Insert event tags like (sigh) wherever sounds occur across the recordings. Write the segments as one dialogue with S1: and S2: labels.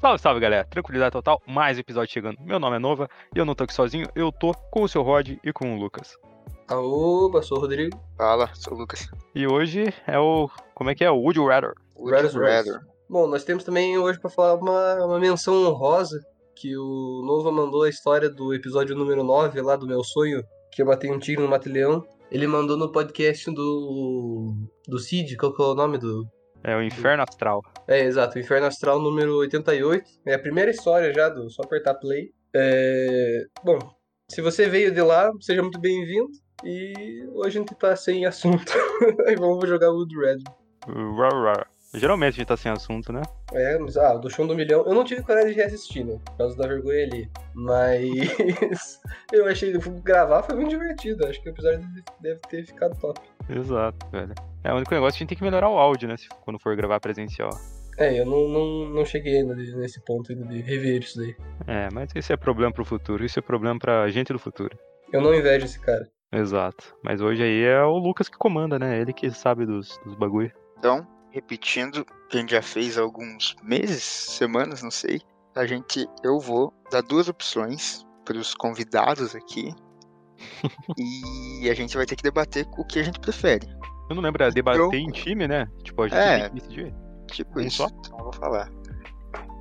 S1: Salve, salve, galera. Tranquilidade total, mais um episódio chegando. Meu nome é Nova e eu não tô aqui sozinho, eu tô com o seu Rod e com o Lucas.
S2: Aoba, sou o Rodrigo.
S3: Fala, sou o Lucas.
S1: E hoje é o. Como é que é? O Would You Rather.
S3: Would you
S2: Rather's Rather. Bom, nós temos também hoje pra falar uma, uma menção honrosa que o Nova mandou a história do episódio número 9 lá do meu sonho, que eu matei um tigre no matelhão. Ele mandou no podcast do do Cid, qual que é o nome do?
S1: É o Inferno Astral.
S2: É, exato, Inferno Astral número 88. É a primeira história já do só apertar play. É, bom, se você veio de lá, seja muito bem-vindo. E hoje a gente tá sem assunto. (laughs) e vamos jogar Wood Red.
S1: Rar, rar. Geralmente a gente tá sem assunto, né?
S2: É, mas ah, do Chão do Milhão. Eu não tive coragem de reassistir, né? Por causa da vergonha ali. Mas (laughs) eu achei. Gravar foi muito divertido. Acho que o episódio deve- deve ter ficado top.
S1: Exato, velho. É o único negócio que a gente tem que melhorar o áudio, né? se- Quando for gravar presencial.
S2: É, eu não, não, não cheguei ainda de- nesse ponto ainda de rever isso daí.
S1: É, mas isso é problema pro futuro, isso é problema pra gente do futuro.
S2: Eu não invejo esse cara.
S1: Exato. Mas hoje aí é o Lucas que comanda, né? Ele que sabe dos, dos bagulho.
S3: Então, repetindo, que a gente já fez há alguns meses, semanas, não sei. A gente, eu vou dar duas opções para os convidados aqui. e a gente vai ter que debater o que a gente prefere.
S1: Eu não lembro, é debater em time, né? Tipo, a gente
S3: É.
S1: tem que decidir.
S3: Tipo
S1: Um
S3: isso.
S1: só?
S3: Então eu vou falar.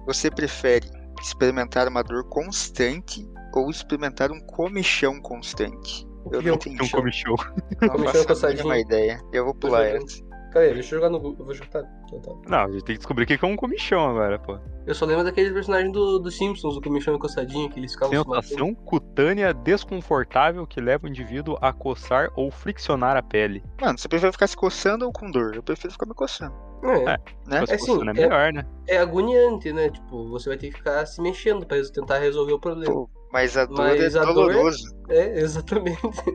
S3: Você prefere experimentar uma dor constante ou experimentar um comichão constante?
S2: O
S3: Eu
S2: que
S3: não
S2: é um
S3: entendi.
S1: Tem um comichão.
S3: Não
S2: comichão
S3: faço a
S2: coçadinho?
S3: mínima ideia. Eu vou pular
S2: Coçadinho.
S3: essa.
S2: Cara, deixa eu jogar no Google. Eu vou jogar. Tá, tá.
S1: Não, a gente tem que descobrir o que que é um comichão agora, pô.
S2: Eu só lembro daquele personagem do, do Simpsons, o Comichão e Coçadinha, que eles ficavam Então, se matando.
S1: Sensação cutânea desconfortável que leva o indivíduo a coçar ou friccionar a pele.
S3: Mano, você prefere ficar se coçando ou com dor? Eu prefiro ficar me coçando.
S2: É,
S3: É,
S1: Mas
S2: assim,
S1: coçando é
S2: é-
S1: melhor, né?
S2: é agoniante, né? Tipo, você vai ter que ficar se mexendo pra res- tentar resolver o problema.
S3: Pô, mas a dor
S2: Mas
S3: é
S2: a dor-
S3: dolorosa.
S2: É, (laughs) exatamente. Eu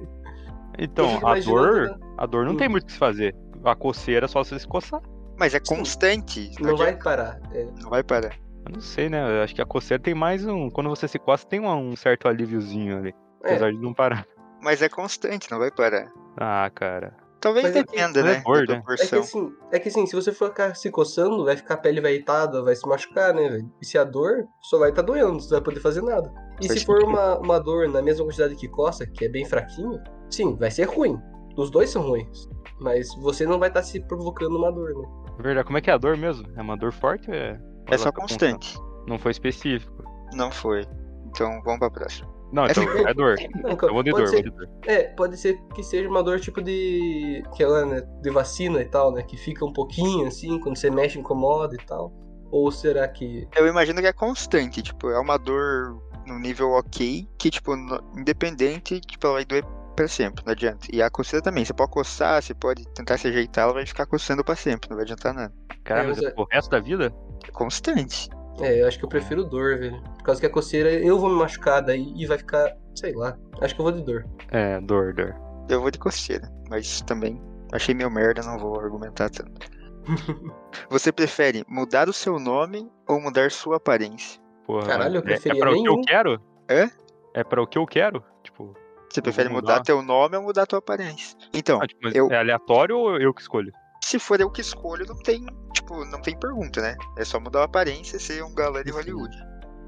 S1: Então,
S2: fico
S1: a
S2: imaginando,
S1: dor,
S2: né?
S1: a dor não
S2: Hum.
S1: tem muito o que se fazer. A coceira é só você se coçar.
S3: Mas é
S2: Sim.
S3: constante.
S2: Não vai parar. É.
S3: Não vai parar.
S1: Eu não sei, né? Eu acho que a coceira tem mais um. Quando você se coça, tem um, um certo alíviozinho ali.
S2: É.
S1: Apesar de não parar.
S3: Mas é constante, não vai parar.
S1: Ah, cara.
S3: Talvez
S2: Mas é que-
S3: dependa,
S1: Mas é
S3: né?
S1: dor, né?
S3: da
S2: É que
S3: proporção.
S2: assim, é que assim, se você for ficar se coçando, vai ficar a pele vai irritada, vai se machucar, né, velho? E se a dor, só vai estar tá doendo, você não vai poder fazer nada. E
S3: Faz
S2: se for
S3: sentido.
S2: uma, uma dor na mesma quantidade que coça, que é bem fraquinho, sim, vai ser ruim. Os dois são ruins. Mas você não vai estar se provocando uma dor, né?
S1: Na Verdade, como é que é a dor mesmo? É uma dor forte ou é. ou
S3: É
S1: ela
S3: só
S1: fica constante?
S3: constante.
S1: Não foi específico.
S3: Não foi. Então vamos pra próxima.
S1: Não, então é dor.
S2: Não,
S1: Eu vou de dor,
S2: pode,
S1: vou
S2: ser,
S1: de dor.
S2: é, pode ser que seja uma dor tipo de. que ela, né, de vacina e tal, né? Que fica um pouquinho assim, quando você mexe, incomoda e tal. Ou será que.
S3: Eu imagino que é constante, tipo, é uma dor no nível ok, que, tipo, no- independente, tipo, ela vai doer pra sempre, não adianta. E a coceira também, você pode coçar, você pode tentar se ajeitar, ela vai ficar coçando pra sempre, não vai adiantar nada.
S1: Caramba,
S2: mas é-
S1: o resto da vida?
S3: É constante.
S2: É, eu acho que eu prefiro dor, velho. Por causa que a coceira eu vou me machucar daí e vai ficar, sei lá. Acho que eu vou de dor.
S1: É, dor, dor.
S3: Eu vou de coceira, mas também achei meio merda, não vou argumentar tanto.
S1: (laughs)
S3: Você prefere mudar o seu nome ou mudar sua aparência?
S1: Porra,
S2: Caralho, eu
S1: é, é
S2: preferia
S1: pra o que eu
S2: nenhum.
S1: quero?
S3: Hã?
S1: É pra o que eu quero? Tipo,
S3: Você prefere
S1: vou
S3: mudar
S1: mudar.
S3: teu nome ou mudar tua aparência? Então,
S1: ah, tipo, mas
S3: eu-
S1: é aleatório ou eu que escolho?
S3: se for eu que escolho, não tem, tipo, não tem pergunta, né? É só mudar a aparência e ser um galã de Hollywood.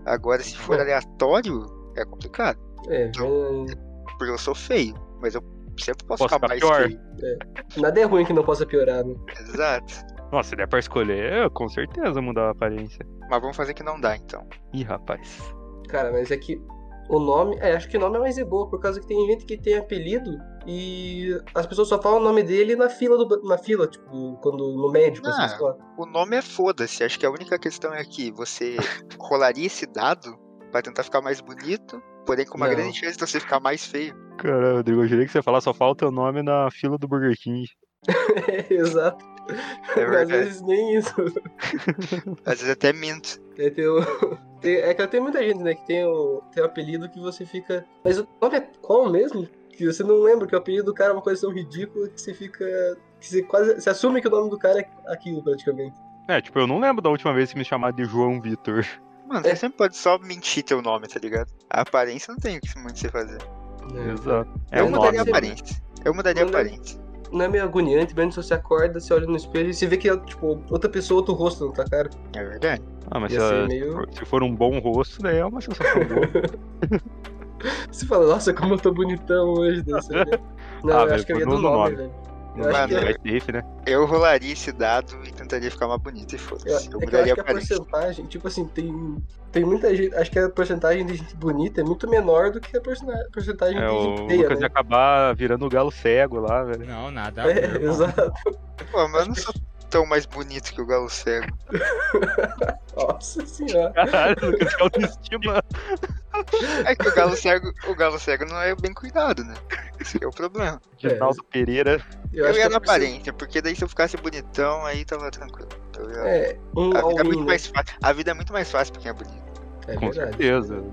S3: Agora, se for
S2: É.
S3: aleatório, é complicado.
S2: É, velho.
S3: Porque eu sou feio, mas eu sempre posso,
S1: Posso
S3: ficar
S1: ficar
S3: mais
S1: pior.
S3: feio.
S2: Nada é ruim que não possa piorar, né?
S3: Exato.
S1: Nossa, se der pra escolher, eu com certeza mudar a aparência.
S3: Mas vamos fazer que não dá, então.
S1: Ih, rapaz.
S2: Cara, mas é que o nome. É, acho que o nome é mais de boa, por causa que tem gente que tem apelido e as pessoas só falam o nome dele na fila do. Na fila, tipo, quando no médico,
S3: Ah.
S2: assim, sei lá. (laughs)
S3: O nome é foda-se. Acho que a única questão é que você rolaria esse dado pra tentar ficar mais bonito, porém com uma
S2: Não.
S3: grande chance de você ficar
S2: (laughs)
S3: mais feio.
S1: Caralho, Rodrigo, eu jurei que você ia falar só falta o nome na fila do Burger King.
S2: É, exato.
S3: É
S2: Às
S3: verdade.
S2: vezes nem isso.
S3: Às vezes até minto.
S2: É, tem o- (laughs) tem- é que tem muita gente, né, que tem o, tem o apelido que você fica. Mas o nome é qual mesmo? Que você não lembra que o apelido do cara é uma coisa tão ridícula que você fica. que você quase. Você assume que o nome do cara é aquilo praticamente.
S1: É, tipo, eu não lembro da última vez que me chamaram de João Vitor.
S3: Mano,
S2: É.
S3: você sempre pode só mentir teu nome, tá ligado? A aparência não tem o que muito você fazer.
S1: (laughs) Exato.
S2: É,
S1: É
S3: eu
S1: o
S2: não
S1: nome.
S2: daria
S3: mudaria a
S1: né?
S2: aparência.
S3: aparência. Eu mudaria a
S2: Manda-
S3: aparência.
S2: não é meio agoniante, mesmo se você acorda, você olha no espelho e você vê que é, tipo, outra pessoa, outro rosto na tua cara.
S3: É verdade.
S1: Ah, mas se,
S2: Ia ser
S1: ela-
S2: meio-
S1: se for um bom rosto, daí é uma sensação boa.
S2: Você fala, nossa, como eu tô bonitão hoje. Daí
S1: (laughs)
S2: você vê. Não,
S1: Ah,
S2: eu
S1: velho,
S2: acho que eu ia
S1: não
S2: do
S1: usa o nome.
S2: nome, velho.
S1: Não
S2: (laughs) Eu acho
S1: vai
S3: que é-
S1: vai safe, né?
S3: Eu rolaria esse dado e tentaria ficar mais bonito e
S2: Eu-
S3: foda-se. Eu
S2: é que eu acho
S3: mudaria
S2: que a
S3: pra isso.
S2: porcentagem, tipo assim, tem, tem muita gente. Acho que a porcentagem de gente bonita é muito menor do que a porcena- porcentagem
S1: É,
S2: de
S1: o
S2: gente feia,
S1: Lucas
S2: né?
S1: ia acabar virando o galo cego lá, velho.
S4: Não, nada. a ver,
S2: (laughs) É,
S4: irmão.
S2: exato.
S3: Pô, mas eu não sou tão mais bonito que o Galo Cego.
S2: Nossa senhora.
S1: Caralho, Lucas, que autoestima.
S3: É que o Galo Cego, o Galo Cego não é bem cuidado, né? Esse que é o problema.
S1: Ginaldo Pereira.
S3: Eu,
S2: acho que
S3: ia
S2: é
S3: na
S2: a porcen-
S3: aparência, porque daí se eu ficasse bonitão, aí tava tranquilo. tá ligado?
S2: É, um
S3: A vida é
S2: all-in,
S3: muito
S2: né?
S3: mais fácil. A vida é muito mais fácil pra quem é bonito.
S2: É
S1: Com
S2: verdade.
S1: certeza.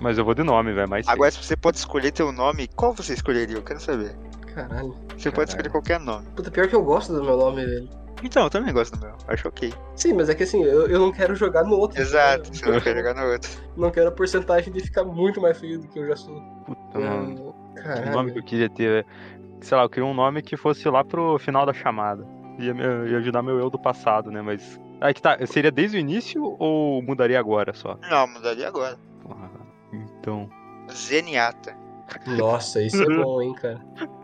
S1: Mas eu vou de nome, velho. Mas
S3: Agora, se você pode escolher teu nome, qual você escolheria? Eu quero saber.
S2: Caralho.
S3: Você pode escolher qualquer nome.
S2: Puta, pior que eu gosto do meu nome, velho.
S3: Então, eu também gosto do meu. Acho ok.
S2: Sim, mas é que assim, eu, eu não quero jogar no outro.
S3: Exato.
S2: (laughs)
S3: Você não quer jogar no outro.
S2: Não quero a porcentagem de ficar muito mais feio do que eu já sou.
S1: Puta, mano.
S2: Caralho.
S1: então, O nome que eu queria ter, é- sei lá, eu queria um nome que fosse lá pro final da chamada. Ia, me- ia ajudar meu eu do passado, né? Mas. Aí que tá, seria desde o início ou mudaria agora só?
S3: Não, mudaria agora.
S1: Porra, então.
S3: Zeniata.
S2: Nossa, isso é bom, hein, cara.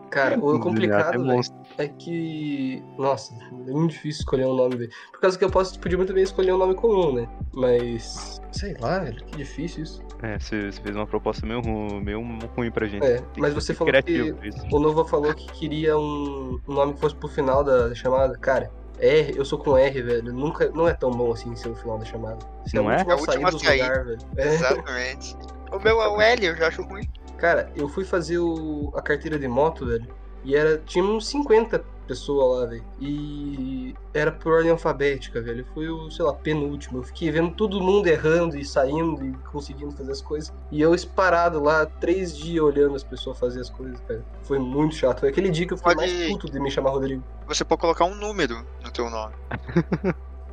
S2: Cara, o complicado,
S1: é
S2: velho,
S1: monstro.
S2: é que. Nossa, é muito difícil escolher um nome, velho. Por causa que eu posso, podia muito bem escolher um nome comum, né? Mas. Sei lá, velho, que difícil isso.
S1: É, você, você fez uma proposta meio, ru- meio ruim pra gente.
S2: É,
S1: Tem
S2: mas
S1: que
S2: você
S1: ser
S2: falou que.
S1: criativo, isso.
S2: O Nova falou que queria um, um nome que fosse pro final da chamada. Cara, R, eu sou com R, velho. Nunca, não é tão bom assim ser o final da chamada. Você
S1: Não
S2: o
S1: é?
S2: último
S3: É
S2: a
S3: a
S2: sair
S3: última a
S2: dos
S3: sair.
S2: lugar, velho. É.
S3: Exatamente. O meu é o L, eu já acho ruim.
S2: Cara, eu fui fazer o- a carteira de moto, velho, e era, tinha uns 50 pessoas lá, velho. E era por ordem alfabética, velho. Eu fui o, sei lá, penúltimo. Eu fiquei vendo todo mundo errando e saindo e conseguindo fazer as coisas. E eu parado lá, três dias olhando as pessoas fazer as coisas, cara. Foi muito chato. Foi aquele dia que eu fiquei
S3: Pode-
S2: mais puto de me chamar Rodrigo.
S3: Você pode colocar um número no teu nome.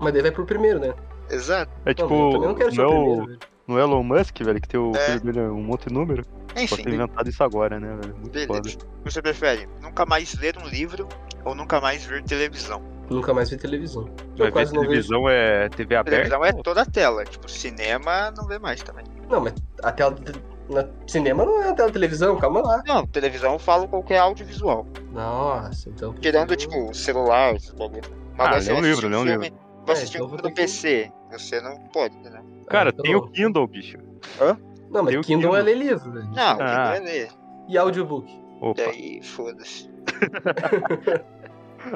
S2: Mas daí vai pro primeiro, né?
S3: Exato.
S1: É
S2: não, eu
S1: tipo.
S2: também não quero ser
S1: não,
S2: o
S1: é o-
S2: primeiro, velho.
S1: não é o Elon Musk, velho, que tem o
S3: É.
S1: filho dele é um monte de número. Pode ter
S3: Enfim,
S1: inventado isso agora, né, velho? Muito foda.
S3: beleza. Você prefere nunca mais ler um livro ou nunca mais ver televisão?
S2: Nunca mais vi televisão. Eu
S1: Vai ver
S2: quase não vejo.
S1: televisão é TV aberta?
S3: Televisão é toda a tela. Tipo, cinema não vê mais também.
S2: Não, mas a tela. de- Na cinema não é a tela de televisão, calma lá.
S3: Não, televisão eu falo qualquer audiovisual.
S2: Nossa, então.
S3: Tirando, tipo, celular, esse bagulho.
S1: Uhum. Ah,
S3: agora você
S1: lê um
S3: vai
S1: livro,
S3: assistir
S1: lê um
S3: filme, Vai
S2: É,
S3: assistir
S2: então
S3: um
S2: vou
S3: filme
S2: ter
S3: no
S2: que-
S3: PC. Você não pode, né?
S1: Cara,
S2: Ah,
S1: tem
S2: então-
S1: o Kindle, bicho.
S2: Não, mas
S1: tem o
S2: Kindle,
S1: Kindle.
S2: é ler livro, velho.
S3: Não, quem
S1: Ah.
S3: vai ler.
S2: E audiobook.
S1: Opa.
S3: Daí, foda-se.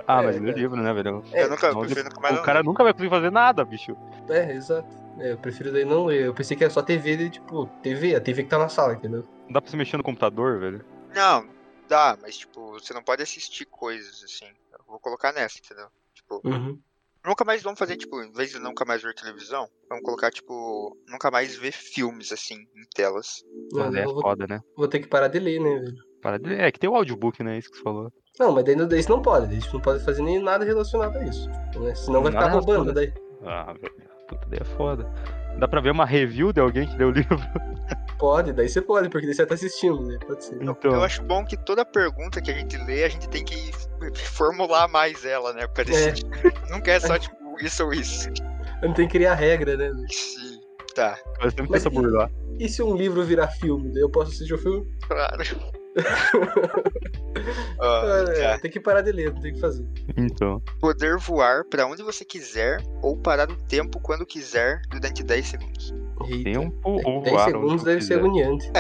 S1: Ah,
S2: É,
S1: mas lê
S2: cara.
S1: livro, né, velho?
S2: É,
S3: eu nunca,
S1: não,
S3: eu prefiro nunca mais
S1: o
S3: não
S1: cara
S3: ler.
S1: nunca vai conseguir fazer nada, bicho.
S2: É, exato. É, eu prefiro daí não ler. Eu pensei que era só TV, de, tipo, TV, a TV que tá na sala, entendeu?
S1: Não dá pra se mexer no computador, velho.
S3: Não, dá, mas, tipo, você não pode assistir coisas, assim. Eu vou colocar nessa, entendeu? Tipo,
S2: Uhum.
S3: nunca mais vamos fazer, tipo, em vez de nunca mais ver televisão, vamos colocar, tipo, nunca mais ver filmes, assim, em telas.
S1: Mas é
S2: eu vou,
S1: foda, né?
S2: vou ter que parar de ler, né, velho?
S1: Para de- É que tem o audiobook, né? Isso que você falou.
S2: Não, mas daí não- daí isso não pode. Daí isso não pode fazer nem nada relacionado a isso. tipo, né? Senão vai
S1: Nada
S2: ficar roubando daí.
S1: Ah, velho. Puta, daí é foda. Dá pra ver uma review de alguém que deu o livro.
S2: Pode, daí você pode, porque daí você tá assistindo, né? Pode ser.
S1: (laughs)
S3: Eu
S1: Então,
S3: acho bom que toda pergunta que a gente lê, a gente tem que (laughs) formular mais ela, né? Pra decidir. (laughs) Nunca é só, tipo, isso ou isso.
S2: Eu não tem que criar regra, né? velho?
S3: Sim, tá,
S1: você sempre
S2: Mas
S1: pensa por lá.
S2: E se um livro virar filme? Daí eu posso assistir o filme?
S3: claro. Ah,
S2: Ah,
S3: tá.
S2: é, tem que parar de ler, não tem o que fazer.
S1: Então.
S3: é, Poder voar pra onde você quiser ou parar o tempo quando quiser durante 10 segundos.
S2: Eita.
S1: Tempo Tipo, ou
S2: 10
S1: voar.
S2: segundos
S1: onde
S2: deve ser
S1: quiser.
S2: agoniante.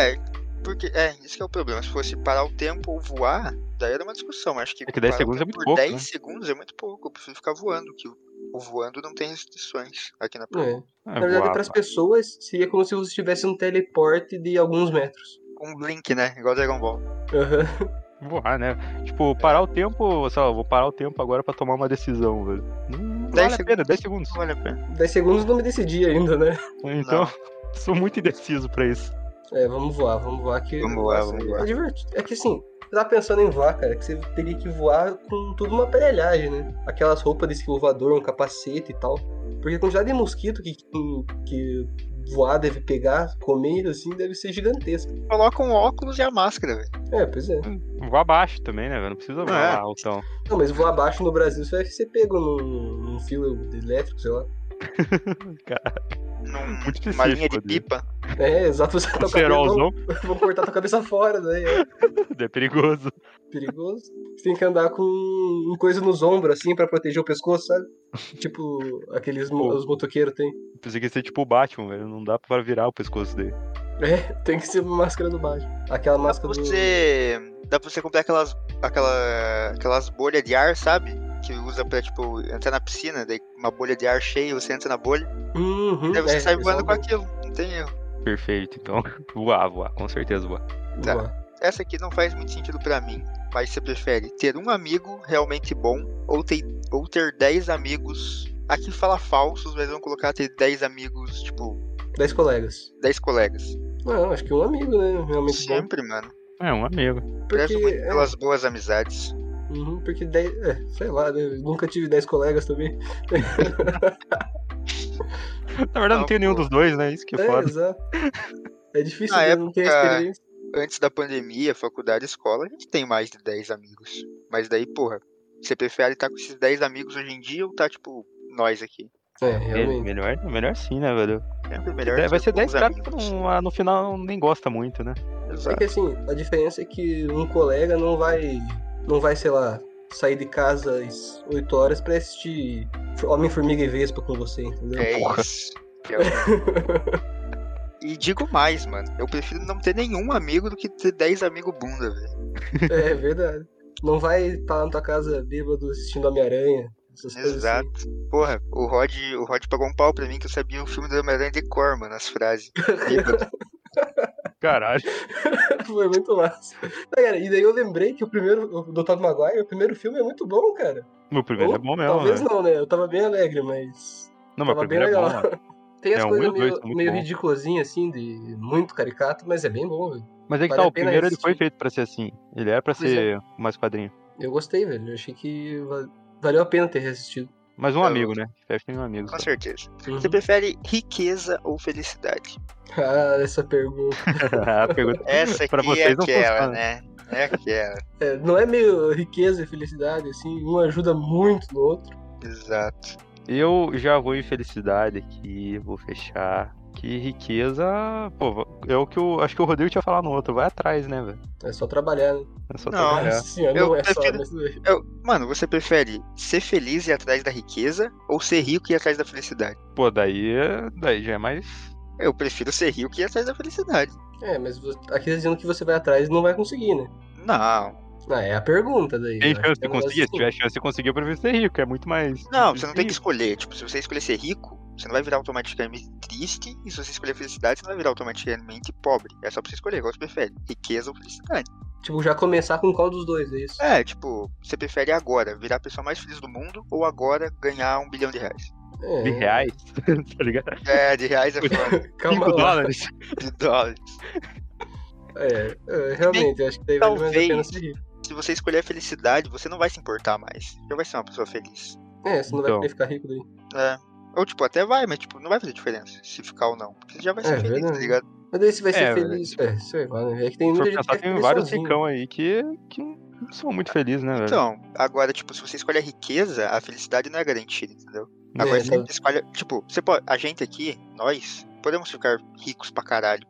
S3: Porque, é, isso que é o problema. Se fosse parar o tempo ou voar, daí era uma discussão. Acho que,
S1: É que 10
S3: parar o
S1: segundos é
S3: tempo
S1: muito
S3: por
S1: pouco,
S3: 10
S1: né?
S3: segundos é muito pouco. Eu preciso ficar voando, que o o voando não tem restrições aqui na
S2: É.
S3: pergunta.
S1: É,
S2: Na verdade,
S1: voar,
S2: para as
S1: pá.
S2: pessoas, seria como se você tivesse um teleporte de alguns metros.
S3: Um blink, né? Igual Dragon Ball.
S2: Aham.
S1: Voar, né? Tipo, parar o tempo, sei lá, eu vou parar o tempo agora pra tomar uma decisão, velho. Não, não
S3: 10
S1: vale a pena, 10 segundos.
S3: Não vale a pena.
S2: 10 segundos não me decidi ainda, né?
S1: Então, (laughs) sou muito indeciso pra isso.
S2: É, vamos voar, vamos voar que.
S3: Vamos voar,
S2: Nossa,
S3: vamos voar.
S2: É divertido. É que assim, eu tava pensando em voar, cara, que você teria que voar com toda uma aparelhagem, né? Aquelas roupas de esquivo voador, um capacete e tal. Porque a quantidade de mosquito que, que voar deve pegar, comer, assim, deve ser gigantesca.
S3: Coloca um óculos e a máscara, velho.
S2: É, pois é.
S1: Vou abaixo também, né, velho? Não precisa voar
S3: É.
S1: lá altão.
S2: Não, mas voar abaixo no Brasil você vai ser pego num, num fio elétrico, sei lá.
S3: Num-
S1: Muito específico.
S3: Uma linha de
S1: né?
S3: pipa.
S2: É, (laughs) exato, você tá
S1: Um cerolzão,
S2: Vou cortar tua cabeça fora, daí é
S1: (laughs) é perigoso.
S2: perigoso. Você tem que andar com um coisa nos ombros, assim, pra proteger o pescoço, sabe? Tipo, aqueles mo-
S1: Pô.
S2: os motoqueiros têm.
S1: Pensei que ia ser tipo o Batman, velho. Não dá pra virar o pescoço dele.
S2: É, tem que ser uma máscara do baixo. Aquela máscara do.
S3: Você. Dá pra você comprar aquelas. Aquela, aquelas bolhas de ar, sabe? Que usa pra, tipo, entrar na piscina, daí uma bolha de ar cheia, você entra na bolha,
S2: Uhum,
S3: daí você
S2: é,
S3: sai voando com
S2: exatamente.
S3: aquilo, não tem erro.
S1: Perfeito, então. (laughs) Voar, voar, com certeza voar.
S3: tá.
S2: Boa.
S3: Essa aqui não faz muito sentido pra mim, mas você prefere ter um amigo realmente bom ou ter, ou ter 10 amigos. Aqui fala falsos, mas vamos colocar ter 10 amigos, tipo,
S2: Dez colegas.
S3: 10 colegas.
S2: Não, acho que um amigo, né? Realmente bom.
S3: Sempre, mano.
S1: É, um amigo.
S2: Porque,
S3: Prezo muito
S2: é,
S3: pelas boas amizades.
S2: uhum, porque dez. É, sei lá, né? eu Nunca tive dez colegas também.
S1: Na verdade, não
S3: Não,
S1: tenho nenhum
S3: pô.
S1: dos dois, né? Isso que é
S2: É,
S1: foda.
S2: exato. É difícil,
S3: Na
S2: né? Não tem
S3: época-
S2: experiência.
S3: Antes da pandemia, faculdade, escola, a gente tem mais de 10 amigos. Mas daí, porra, você prefere estar com esses 10 amigos hoje em dia ou tá, tipo, nós aqui?
S2: É,
S1: É,
S2: realmente.
S1: melhor, melhor sim, né, velho?
S3: Sempre melhor.
S1: vai
S3: ter
S1: ser 10
S3: bons
S1: caras que
S3: amigos.
S1: não- ah, no final nem gosta muito, né?
S2: É
S3: Exato.
S2: que assim, a diferença é que um colega não vai, não vai, sei lá, sair de casa às 8 horas pra assistir Homem-Formiga e Vespa com você, entendeu?
S3: É
S1: Porra.
S3: isso. Eu- E digo mais, mano. Eu prefiro não ter nenhum amigo do que ter 10 amigos bunda, velho.
S2: É verdade. Não vai estar lá na tua casa bêbado assistindo Homem-Aranha, essas coisas assim.
S3: Exato. Porra, o Rod, o Rod pagou um pau pra mim que eu sabia o filme do Homem-Aranha de cor, mano, as frases. Bêbado.
S1: Caralho. (laughs)
S2: assim. (laughs) Foi muito massa. Tá, cara, e daí eu lembrei que o primeiro, o do Tobey Maguire, o primeiro filme é muito bom, cara.
S1: Meu primeiro
S2: Ou
S1: é bom mesmo,
S2: Talvez
S1: velho.
S2: não, né? Eu tava bem alegre, mas...
S1: Não, meu
S2: tava bem
S1: primeiro é bom,
S2: legal.
S1: mano.
S2: Tem as
S1: É, um e
S2: coisas
S1: o dois
S2: meio,
S1: são muito
S2: meio
S1: bom.
S2: ridiculosinhas, assim, de muito caricato, mas é bem bom, velho.
S1: Mas é que
S2: Vale
S1: tá,
S2: a
S1: o
S2: pena
S1: primeiro ele foi
S2: assistir.
S1: feito pra ser assim. Ele era pra
S2: Pois é.
S1: ser mais quadrinho.
S2: Eu gostei, velho. Eu achei que va- valeu a pena ter reassistido.
S1: Mas um
S3: É,
S1: amigo, né? Fecha tem um amigo.
S3: Com
S1: só.
S3: certeza.
S2: Uhum.
S3: Você prefere riqueza ou felicidade?
S2: (laughs) Ah, essa
S3: (laughs)
S2: pergunta.
S1: (laughs) A pergunta-
S3: Essa aqui
S1: Pra
S3: é
S1: vocês não
S3: aquela,
S1: funciona.
S3: né? É aquela, (laughs)
S2: É, não é meio riqueza e felicidade, assim, um ajuda muito no outro.
S3: exato.
S1: Eu já vou em felicidade aqui, vou fechar. Que riqueza. Pô, é o que eu. Acho que o Rodrigo tinha falado no outro. Vai atrás, né, velho?
S2: É só trabalhar, né?
S1: É só
S3: Não.
S1: trabalhar.
S2: Nossa senhora, não
S3: Ah, Eu
S2: é só,
S3: prefiro-
S2: mas tudo bem.
S3: Eu- mano, você prefere ser feliz e ir atrás da riqueza ou ser rico e ir atrás da felicidade?
S1: Pô, daí, é- daí já é mais.
S3: Eu prefiro ser rico e ir atrás da felicidade.
S2: É, mas vo- aqui tá dizendo que você vai atrás e não vai conseguir, né?
S3: Não,
S2: Ah, é a pergunta daí.
S1: Tem
S2: né?
S1: chance
S2: É
S1: de
S2: um negócio
S1: conseguir? Se
S2: assim.
S1: tiver chance de conseguir, eu prefiro ser rico. É muito mais.
S3: não, você não
S1: Uhum.
S3: tem que escolher. Tipo, se você escolher ser rico, você não vai virar automaticamente triste. E se você escolher felicidade, você não vai virar automaticamente pobre. É só pra você escolher qual você prefere, riqueza ou felicidade.
S2: Tipo, já começar com qual dos dois, é isso?
S3: É, tipo, você prefere agora virar a pessoa mais feliz do mundo ou agora ganhar um bilhão de reais?
S2: É,
S1: De reais, (laughs) tá ligado?
S3: É, de
S1: (laughs)
S3: reais é foda,
S2: Calma
S1: 5
S2: lá.
S1: dólares.
S3: de dólares.
S2: É, é, realmente, eu acho que daí vale mais a pena
S3: Talvez.
S2: seguir.
S3: se você escolher a felicidade, você não vai se importar mais. Já vai ser uma pessoa feliz.
S2: É, você não vai
S1: Então.
S2: querer ficar rico daí.
S3: É. Ou, tipo, até vai, mas, tipo, não vai fazer diferença se ficar ou não. Porque você já vai ser
S2: É,
S3: feliz,
S2: verdade.
S3: tá ligado?
S2: Mas daí você vai ser
S1: É,
S2: feliz. É, sei lá, né? É que tem
S1: Se for
S2: muita gente que
S1: pensar,
S2: é
S1: tem
S2: feliz
S1: vários
S2: sozinho.
S1: ricão aí que, que não são muito felizes, né, velho?
S2: É.
S3: Então, agora, tipo, se você escolhe a riqueza, a felicidade não é garantida, entendeu? Agora,
S2: É,
S3: se
S2: não-
S3: você escolhe, tipo, você pode, a gente aqui, nós, podemos ficar ricos pra caralho.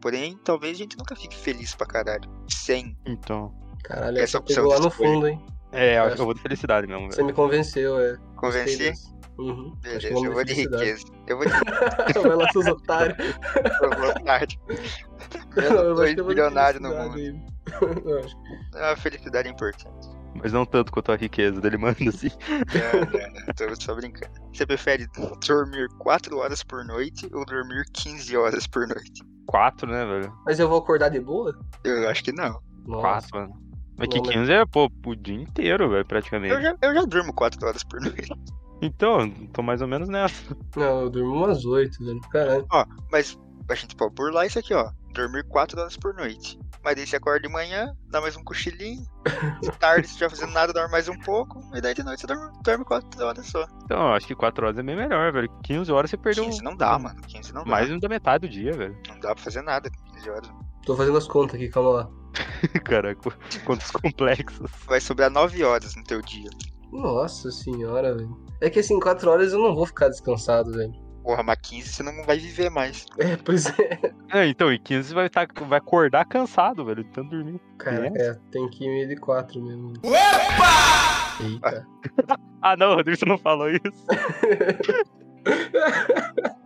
S3: Porém, talvez a gente nunca fique feliz pra caralho. Sem.
S1: Então.
S2: Caralho,
S3: Essa
S2: essa
S3: opção
S2: pegou lá
S3: de
S2: no
S3: escolha.
S2: fundo, hein?
S1: É, eu
S2: Eu
S1: acho que
S2: acho-
S1: eu vou de felicidade mesmo, velho.
S2: Você me convenceu, é. Gostei
S3: Convencer?
S2: dessa. Uhum. Acho
S3: Beleza,
S2: que
S3: eu
S2: vamos
S3: vou de
S2: felicidade.
S3: riqueza. Eu vou de
S2: (laughs) Vai lá, seus otários. (laughs)
S3: vontade.
S2: Não,
S3: (laughs) Eu
S2: eu acho que é
S3: dois
S2: eu vou de
S3: bilionários no mundo.
S2: felicidade aí. (laughs) Eu acho.
S3: A felicidade é importante.
S1: Mas não tanto quanto a riqueza dele (laughs) manda, assim.
S3: Não, não, não, tô só brincando. Você prefere dormir 4 horas por noite ou dormir 15 horas por noite?
S1: Quatro, né, velho?
S2: Mas eu vou acordar de boa?
S3: Eu acho que não.
S2: Nossa.
S1: Quatro, mano. Mas que
S2: Não, mas-
S1: 15 é, pô, o dia inteiro, velho,
S3: Eu
S1: praticamente.
S3: já, eu já durmo 4 horas por noite. (laughs)
S1: Então, tô mais ou menos nessa.
S2: Não, eu durmo umas oito, velho. Caralho.
S3: Mas a gente pode burlar isso aqui, ó. Dormir 4 horas por noite. Mas daí você acorda de manhã, dá mais um cochilinho. De tarde, se estiver fazendo nada, dorme mais um pouco. E daí de noite você dorme, dorme 4 horas só.
S1: Então, eu acho que quatro horas é bem melhor, velho. 15 horas você perdeu
S3: 15 não dá, mano. 15 não dá.
S1: mais da metade do dia, velho. (laughs)
S3: Não dá pra fazer nada com 15 horas.
S2: Tô fazendo as contas aqui, calma lá.
S1: Caraca, quantos complexos.
S3: Vai sobrar 9 horas no teu dia.
S2: Nossa senhora, velho. É que assim, 4 horas eu não vou ficar descansado, velho.
S3: Porra, mas 15 você não vai viver mais.
S2: É, pois é.
S1: É, então, e 15 vai, tá, vai acordar cansado, velho, de tanto dormir.
S2: Cara, é, tem que ir de 4 mesmo. Eita.
S1: Ah, não, Rodrigo, você não falou
S3: (laughs)
S1: isso.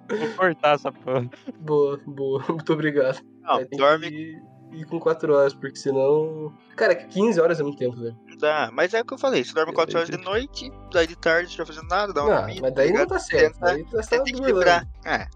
S1: Vou cortar essa porra.
S2: Boa, boa. (laughs) Muito obrigado.
S3: Não,
S2: Vai ter
S3: Ah, dorme
S2: que ir com 4 horas, porque senão. Cara, 15 horas é muito tempo, velho.
S3: Não Dá, mas é o que eu falei, você dorme 4 horas de noite, daí de tarde você não tá fazendo nada, dá uma
S2: Ah,
S3: comida.
S2: mas daí
S3: tá
S2: não
S3: ligado?
S2: tá certo.
S3: Você
S2: Daí tu
S3: Você
S2: está
S3: tem que
S2: dublando.
S3: vibrar. É,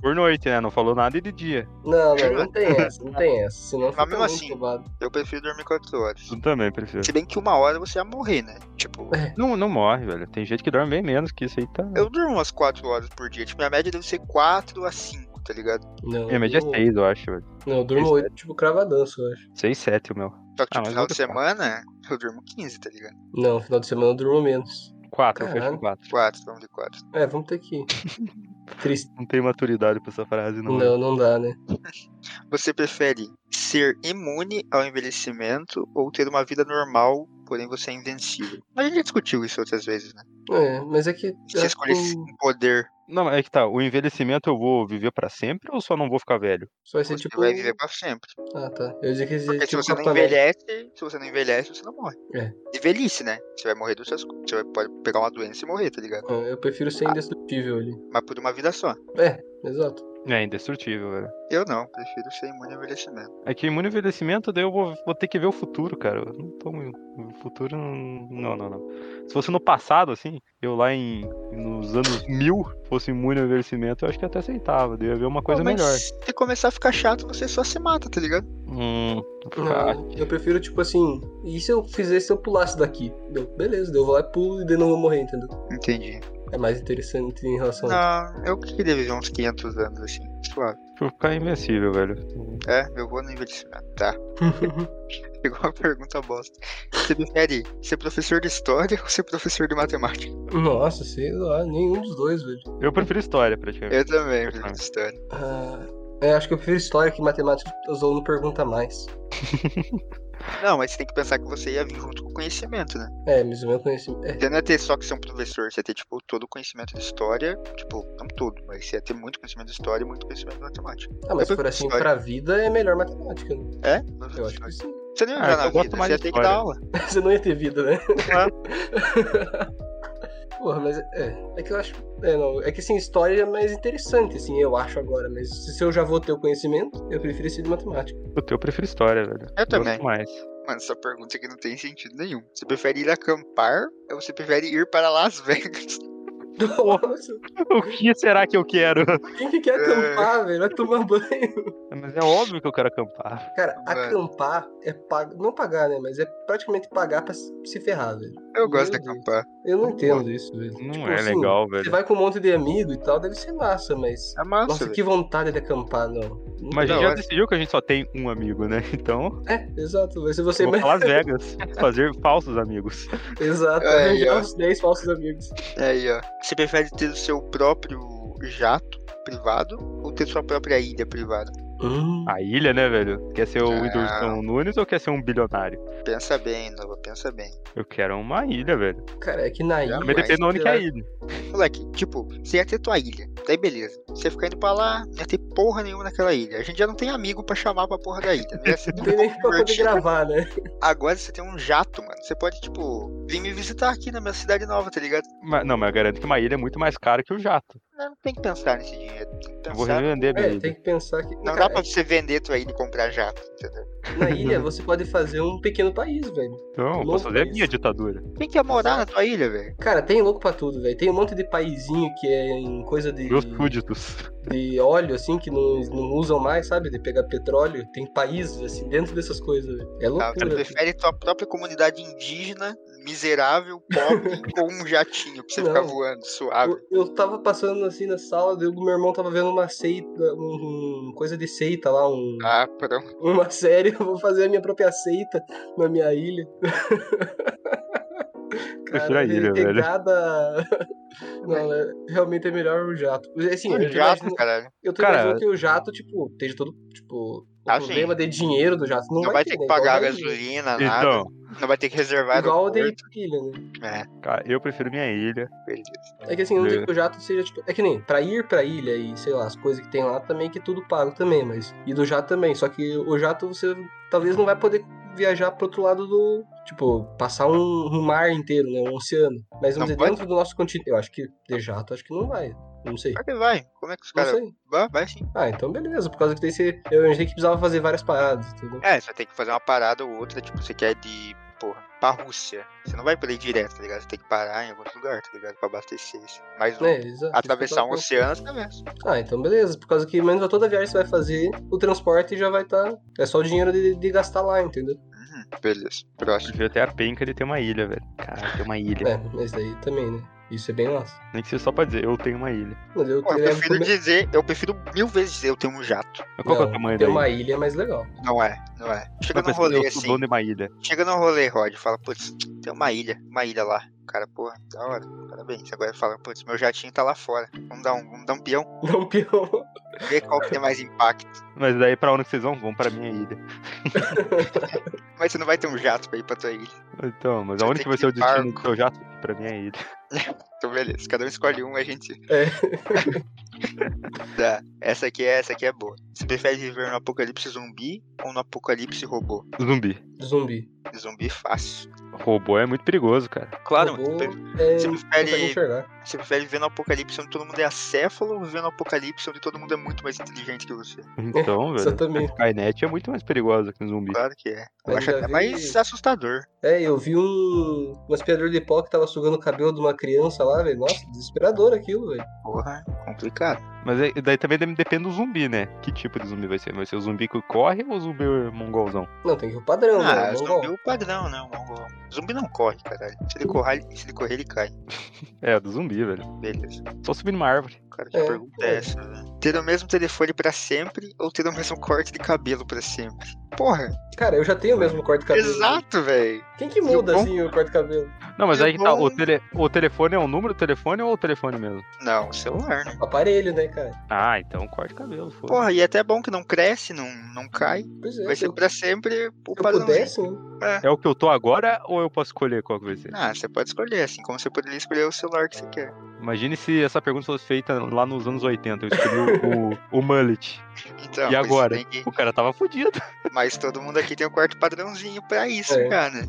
S1: Por noite, né? Não falou nada de dia.
S2: Não, não, não tem essa, não tem essa. Senão fica
S3: mesmo
S2: muito
S3: assim.
S2: roubado.
S3: eu prefiro dormir 4 horas.
S1: Eu também prefiro.
S3: Se bem que uma hora você ia morrer, né? Tipo,
S1: Não, não morre, velho. Tem gente que dorme bem menos que isso aí, tá?
S3: eu durmo umas 4 horas por dia. Tipo, minha média deve ser 4 a 5, tá ligado?
S2: Não,
S1: Minha média é
S2: eu-
S1: 6, eu acho, velho.
S2: Não, eu durmo 8, tipo cravadanço, eu acho.
S1: 6, 7 o meu.
S3: Só que
S1: Ah,
S3: tipo,
S1: mas
S3: final
S1: outra
S3: de semana, eu durmo 15, tá ligado?
S2: Não, final de semana eu durmo menos.
S1: 4, eu fecho
S2: Caralho.
S1: 4.
S3: 4, vamos de 4.
S2: É, vamos ter que ir. Triste.
S1: Não tem maturidade pra essa frase, não.
S2: Não, não dá, né?
S3: Você prefere ser imune ao envelhecimento ou ter uma vida normal, porém você é invencível? A gente já discutiu isso outras vezes, né?
S2: É, mas é que.
S3: Se você escolhesse um poder,
S1: Não, mas é que tá. O envelhecimento eu vou viver pra sempre ou só não vou ficar velho?
S2: Só vai
S3: você
S2: ser tipo.
S3: vai viver pra sempre.
S2: Ah, tá. Eu dizia que ia ser
S3: Porque se
S2: tipo
S3: você não
S2: Capitão América.
S3: envelhece, se você não envelhece, você não morre.
S2: É.
S3: De velhice, né? Você vai morrer dos seus... Você vai, pode pegar uma doença e morrer, tá ligado?
S2: Ah, Eu prefiro ser indestrutível ali.
S3: Mas por uma vida só.
S2: Exato.
S1: É indestrutível, velho.
S3: Eu não, prefiro ser imune ao envelhecimento.
S1: É que imune ao envelhecimento, daí eu vou, vou ter que ver o futuro, cara. Eu não tô muito. O futuro. não- Não, não, não. Se fosse no passado, assim, eu lá em. nos anos mil fosse imune ao envelhecimento, eu acho que até aceitava. Daí ia ver uma coisa
S3: Não, mas
S1: melhor.
S3: Se começar a ficar chato, você só se mata, tá ligado?
S1: Hum. ah,
S2: Não, eu prefiro, tipo assim, e se eu fizesse, se eu pulasse daqui? Deu, beleza, deu, eu vou lá e pulo e daí não vou morrer, entendeu?
S3: Entendi.
S2: É mais interessante em relação a
S3: Não, eu queria viver uns 500 anos, assim, suave.
S1: Por ficar invencível, velho.
S3: É, eu vou no envelhecimento, tá. (laughs) Igual uma pergunta bosta. Você prefere ser professor de história ou ser professor de matemática?
S2: (laughs) Nossa, sei lá, nenhum dos dois, velho.
S1: Eu prefiro história, praticamente.
S3: Eu também, professor de história.
S2: Ah, é, acho que eu prefiro história que matemática, porque os alunos perguntam mais.
S3: Não, mas você tem que pensar que você ia vir junto com o conhecimento, né?
S2: É, mas o meu conhecimento. É,
S3: Você não ia ter só que ser um professor, você ia ter, tipo, todo o conhecimento de história, tipo, não todo, mas você ia ter muito conhecimento de história e muito conhecimento de matemática.
S2: ah, mas se
S3: Eu
S2: for assim
S3: história.
S2: pra vida, é melhor matemática, né?
S3: É?
S2: Eu acho que sim. (laughs)
S3: Você não ia
S1: Ah,
S3: entrar
S1: eu
S3: na
S1: gosto
S3: vida,
S1: mais
S3: você ia
S1: de
S3: ter que
S1: história.
S3: dar
S1: (laughs)
S3: aula.
S2: Você não ia ter vida, né?
S3: Ah.
S2: Porra, mas é. É que eu acho. É, não, é que assim, história é mais interessante, assim, eu acho agora. Mas se se eu já vou ter o conhecimento, eu prefiro ser de matemática. (laughs)
S1: Puta, eu prefiro história, velho.
S3: (laughs) Eu também.
S1: Gosto mais.
S3: Mano, essa pergunta aqui não tem sentido nenhum. Você prefere ir acampar ou você prefere ir para Las Vegas? (laughs)
S2: Nossa,
S1: (laughs) O que será que eu quero?
S2: quem que
S3: É.
S2: quer acampar, velho? Vai tomar banho.
S1: Mas é óbvio que eu quero acampar.
S2: Cara,
S3: Mano.
S2: acampar é pagar. Não pagar, né? Mas é praticamente pagar pra se se ferrar, velho.
S3: Eu gosto
S2: Meu
S3: de
S2: Deus.
S3: acampar.
S2: Eu não entendo isso, velho.
S1: Não
S2: Tipo,
S1: é
S2: assim,
S1: legal,
S2: Você
S1: velho.
S2: vai com um monte de amigo e tal, deve ser massa, mas.
S3: É massa,
S2: Nossa,
S3: velho.
S2: que vontade de acampar, não.
S1: Mas a
S3: Da
S1: gente já
S3: hora.
S1: decidiu que a gente só tem um amigo, né? (laughs) Então,
S2: É, exato. Vai ser você
S1: vou
S2: mesmo.
S1: pra Las Vegas fazer falsos amigos.
S2: (laughs) Exato.
S3: É,
S2: arranjar
S3: ó.
S2: uns 10 falsos amigos.
S3: É Aí, ó. Você prefere ter o seu próprio jato privado ou ter sua própria ilha privada?
S2: Hum,
S1: A ilha, né, velho? Quer ser o
S3: Ah.
S1: Whindersson Nunes ou quer ser um bilionário?
S3: Pensa bem, Nova, pensa bem.
S1: Eu quero uma ilha, velho.
S2: Cara, é que na ilha.
S1: Também depende de onde que é a ilha.
S3: Moleque, tipo, você ia ter tua ilha, daí beleza. Você fica indo pra lá, não ia ter porra nenhuma naquela ilha. A gente já não tem amigo pra chamar pra porra da ilha. Não ia ser
S2: Não
S3: nem
S2: (laughs) tem nem pra poder
S3: divertido.
S2: gravar, né?
S3: Agora você tem um jato, mano. Você pode, tipo, vir me visitar aqui na minha cidade nova, tá ligado?
S1: Mas- não, mas eu garanto que uma ilha é muito mais cara que o jato.
S3: Não, não tem que pensar nesse dinheiro. Tem que
S1: Eu vou
S3: pensar.
S1: revender minha
S2: É,
S1: ilha.
S2: tem que pensar que.
S3: Não dá
S2: cara, é
S3: pra você vender tua ilha e comprar jato, entendeu?
S2: Na ilha você pode fazer um pequeno país, velho.
S1: Então, eu
S2: louco
S1: posso fazer a
S2: isso.
S1: minha ditadura.
S3: Quem quer morar na tua ilha, velho?
S2: Cara, tem louco pra tudo, velho. Tem um monte de paizinho que é em coisa de,
S1: Meus súditos.
S2: de óleo, assim, que não, não usam mais, sabe? De pegar petróleo. Tem países, assim, dentro dessas coisas, velho. É
S3: Tá, você
S2: loucura.
S3: prefere tua própria comunidade indígena, miserável, pobre, (laughs) com um jatinho pra você
S2: Não.
S3: ficar voando suave.
S2: Eu, eu tava passando assim na sala, daí o meu irmão tava vendo uma seita, um, um- coisa de seita lá, um,
S3: Ah, pronto.
S2: uma (laughs) série. Eu vou fazer a minha própria seita na minha ilha. (laughs)
S1: Prefiro a ilha, velho.
S2: pegada... Não, é- realmente é melhor o jato. Assim, eu, tô
S3: Um jato,
S2: imaginando-
S3: caralho.
S2: eu tô
S1: Cara-
S2: imaginando que o jato, tipo, esteja todo, tipo, O
S3: Ah, sim.
S2: problema de dinheiro do jato não,
S3: Não vai ter que
S2: né?
S3: pagar a
S2: Igual da ilha.
S3: gasolina, nada.
S1: Então,
S3: Não vai ter que reservar
S2: Igual o
S3: aeroporto.
S2: de ilha, né?
S1: cara, eu prefiro minha ilha.
S3: Beleza.
S2: É que assim, eu não digo
S1: É.
S2: que o jato seja tipo. É que nem pra ir pra ilha e sei lá, as coisas que tem lá também, que é tudo pago também, mas. E do jato também. Só que o jato você talvez não vai poder viajar pro outro lado do. Tipo, passar um, um mar inteiro, né? Um oceano. Mas
S3: Não
S2: vamos dizer,
S3: pode?
S2: dentro do nosso continente. Eu acho que de jato, acho que não vai. Não sei.
S3: Claro que vai. Como é que os
S2: Não
S3: caras.
S2: sei.
S3: Vai, vai sim.
S2: Ah, então beleza. Por causa que daí você. Eu imaginei que precisava fazer várias paradas, entendeu?
S3: É, você vai ter que fazer uma parada ou outra. Tipo, você quer de. Porra, pra Rússia. Você não vai poder ir direto, tá ligado? Você tem que parar em algum lugar, tá ligado? Pra abastecer. Mas
S2: É, exato.
S3: Então, atravessar um
S2: Então,
S3: oceano, atravessa.
S2: Ah, então beleza. Por causa que menos a toda viagem que você vai fazer, o transporte já vai estar. É só o dinheiro de, de gastar lá, entendeu?
S3: Uhum, beleza. Próximo.
S1: Prefiro até a penca de ter uma ilha, velho. Cara, ter uma ilha.
S2: É, mas daí também, né? Isso é bem massa.
S1: Nem que seja só pra dizer, eu tenho uma ilha.
S2: Mas eu
S3: Pô, eu
S2: queria
S3: prefiro
S2: comer-
S3: dizer, eu prefiro mil vezes dizer eu tenho um jato.
S1: Mas qual que é o
S2: Não,
S1: tamanho
S2: ter
S1: da ilha?
S2: uma ilha é mais legal. (laughs)
S3: Não é, não é. Chega
S1: Uma
S3: num
S1: pessoa,
S3: rolê
S1: eu sou
S3: assim.
S1: dono de uma ilha.
S3: Chega num rolê, Rod, fala, putz, tem uma ilha, uma ilha lá. O Cara, porra, da hora, parabéns. Agora fala, putz, meu jatinho tá lá fora. Vamos dar um, vamos dar um peão,
S2: Não pior.
S3: ver qual que tem mais impacto.
S1: Mas daí pra onde que vocês vão? Vão pra minha ilha.
S3: Mas você não vai ter um jato pra ir pra tua ilha.
S1: Então, mas
S3: Você
S1: aonde
S3: tem
S1: que vai
S3: que
S1: ser o
S3: ir de barco.
S1: destino do seu jato? Pra minha ilha.
S3: Então beleza, cada um escolhe um e a gente. (laughs)
S2: É.
S3: tá, essa aqui é, essa aqui é boa. Você prefere viver no apocalipse zumbi ou no apocalipse robô?
S1: Zumbi.
S2: Zumbi.
S3: Zumbi fácil.
S1: Robô é muito perigoso, cara.
S3: Claro,
S2: Robô,
S3: mano.
S2: é,
S3: você
S2: não
S3: prefere-
S2: consegue enxergar.
S3: Você prefere viver no apocalipse onde todo mundo é acéfalo ou viver no apocalipse onde todo mundo é muito mais inteligente que você?
S1: Então, velho.
S2: Exatamente.
S1: Skynet é muito mais perigosa que um zumbi.
S3: Claro que é. Eu
S2: Mas
S3: acho
S2: ainda
S3: até
S2: vi-
S3: mais assustador.
S2: É, eu vi um, um aspirador de pó que tava sugando o cabelo de uma criança lá, velho. Nossa, desesperador aquilo, velho.
S3: Porra, é complicado.
S1: Mas aí- daí também de- depende do zumbi, né? Que tipo de zumbi vai ser? Vai ser o zumbi que corre ou o zumbi mongolzão?
S2: Não, tem que ir o padrão,
S3: ah,
S2: né?
S3: zumbi é
S2: Mongol.
S3: o padrão, né? O mongol. Zumbi não corre, caralho. Se ele correr, ele- se ele, correr, ele cai.
S1: É, do zumbi, velho.
S3: Beleza.
S1: Só subir numa árvore.
S3: Cara, que
S2: É,
S3: pergunta
S2: é.
S3: é essa, velho? Ter o mesmo telefone pra sempre ou ter o mesmo corte de cabelo pra sempre? Porra,
S2: Cara, eu já tenho o mesmo corte de cabelo.
S3: exato, velho.
S2: Quem que muda,
S3: Bom.
S2: assim, o corte de cabelo?
S1: Não, mas
S3: Eu
S1: aí que tá.
S3: vou-
S1: O, tele- o telefone é o número do telefone ou o telefone mesmo?
S3: Não, celular, né?
S2: Aparelho, né, cara?
S1: Ah, então corte cabelo, foda.
S3: Porra, e é até bom que não cresce, não, não cai.
S2: Pois é,
S3: Vai
S2: se
S3: ser
S2: eu,
S3: pra um sempre o
S2: se eu
S3: padrão.
S2: pudesse, né?
S1: É o que eu tô agora ou eu posso escolher qual que vai ser?
S3: Ah, você pode escolher, assim como você poderia escolher o celular que você quer.
S1: Imagine se essa pergunta fosse feita lá nos anos 80. Eu escolhi o, o, o mullet.
S3: Então,
S1: E
S3: mas
S1: agora?
S3: tem que-
S1: O cara tava fudido.
S3: Mas todo mundo aqui tem um quarto padrãozinho pra isso,
S2: É.
S3: cara.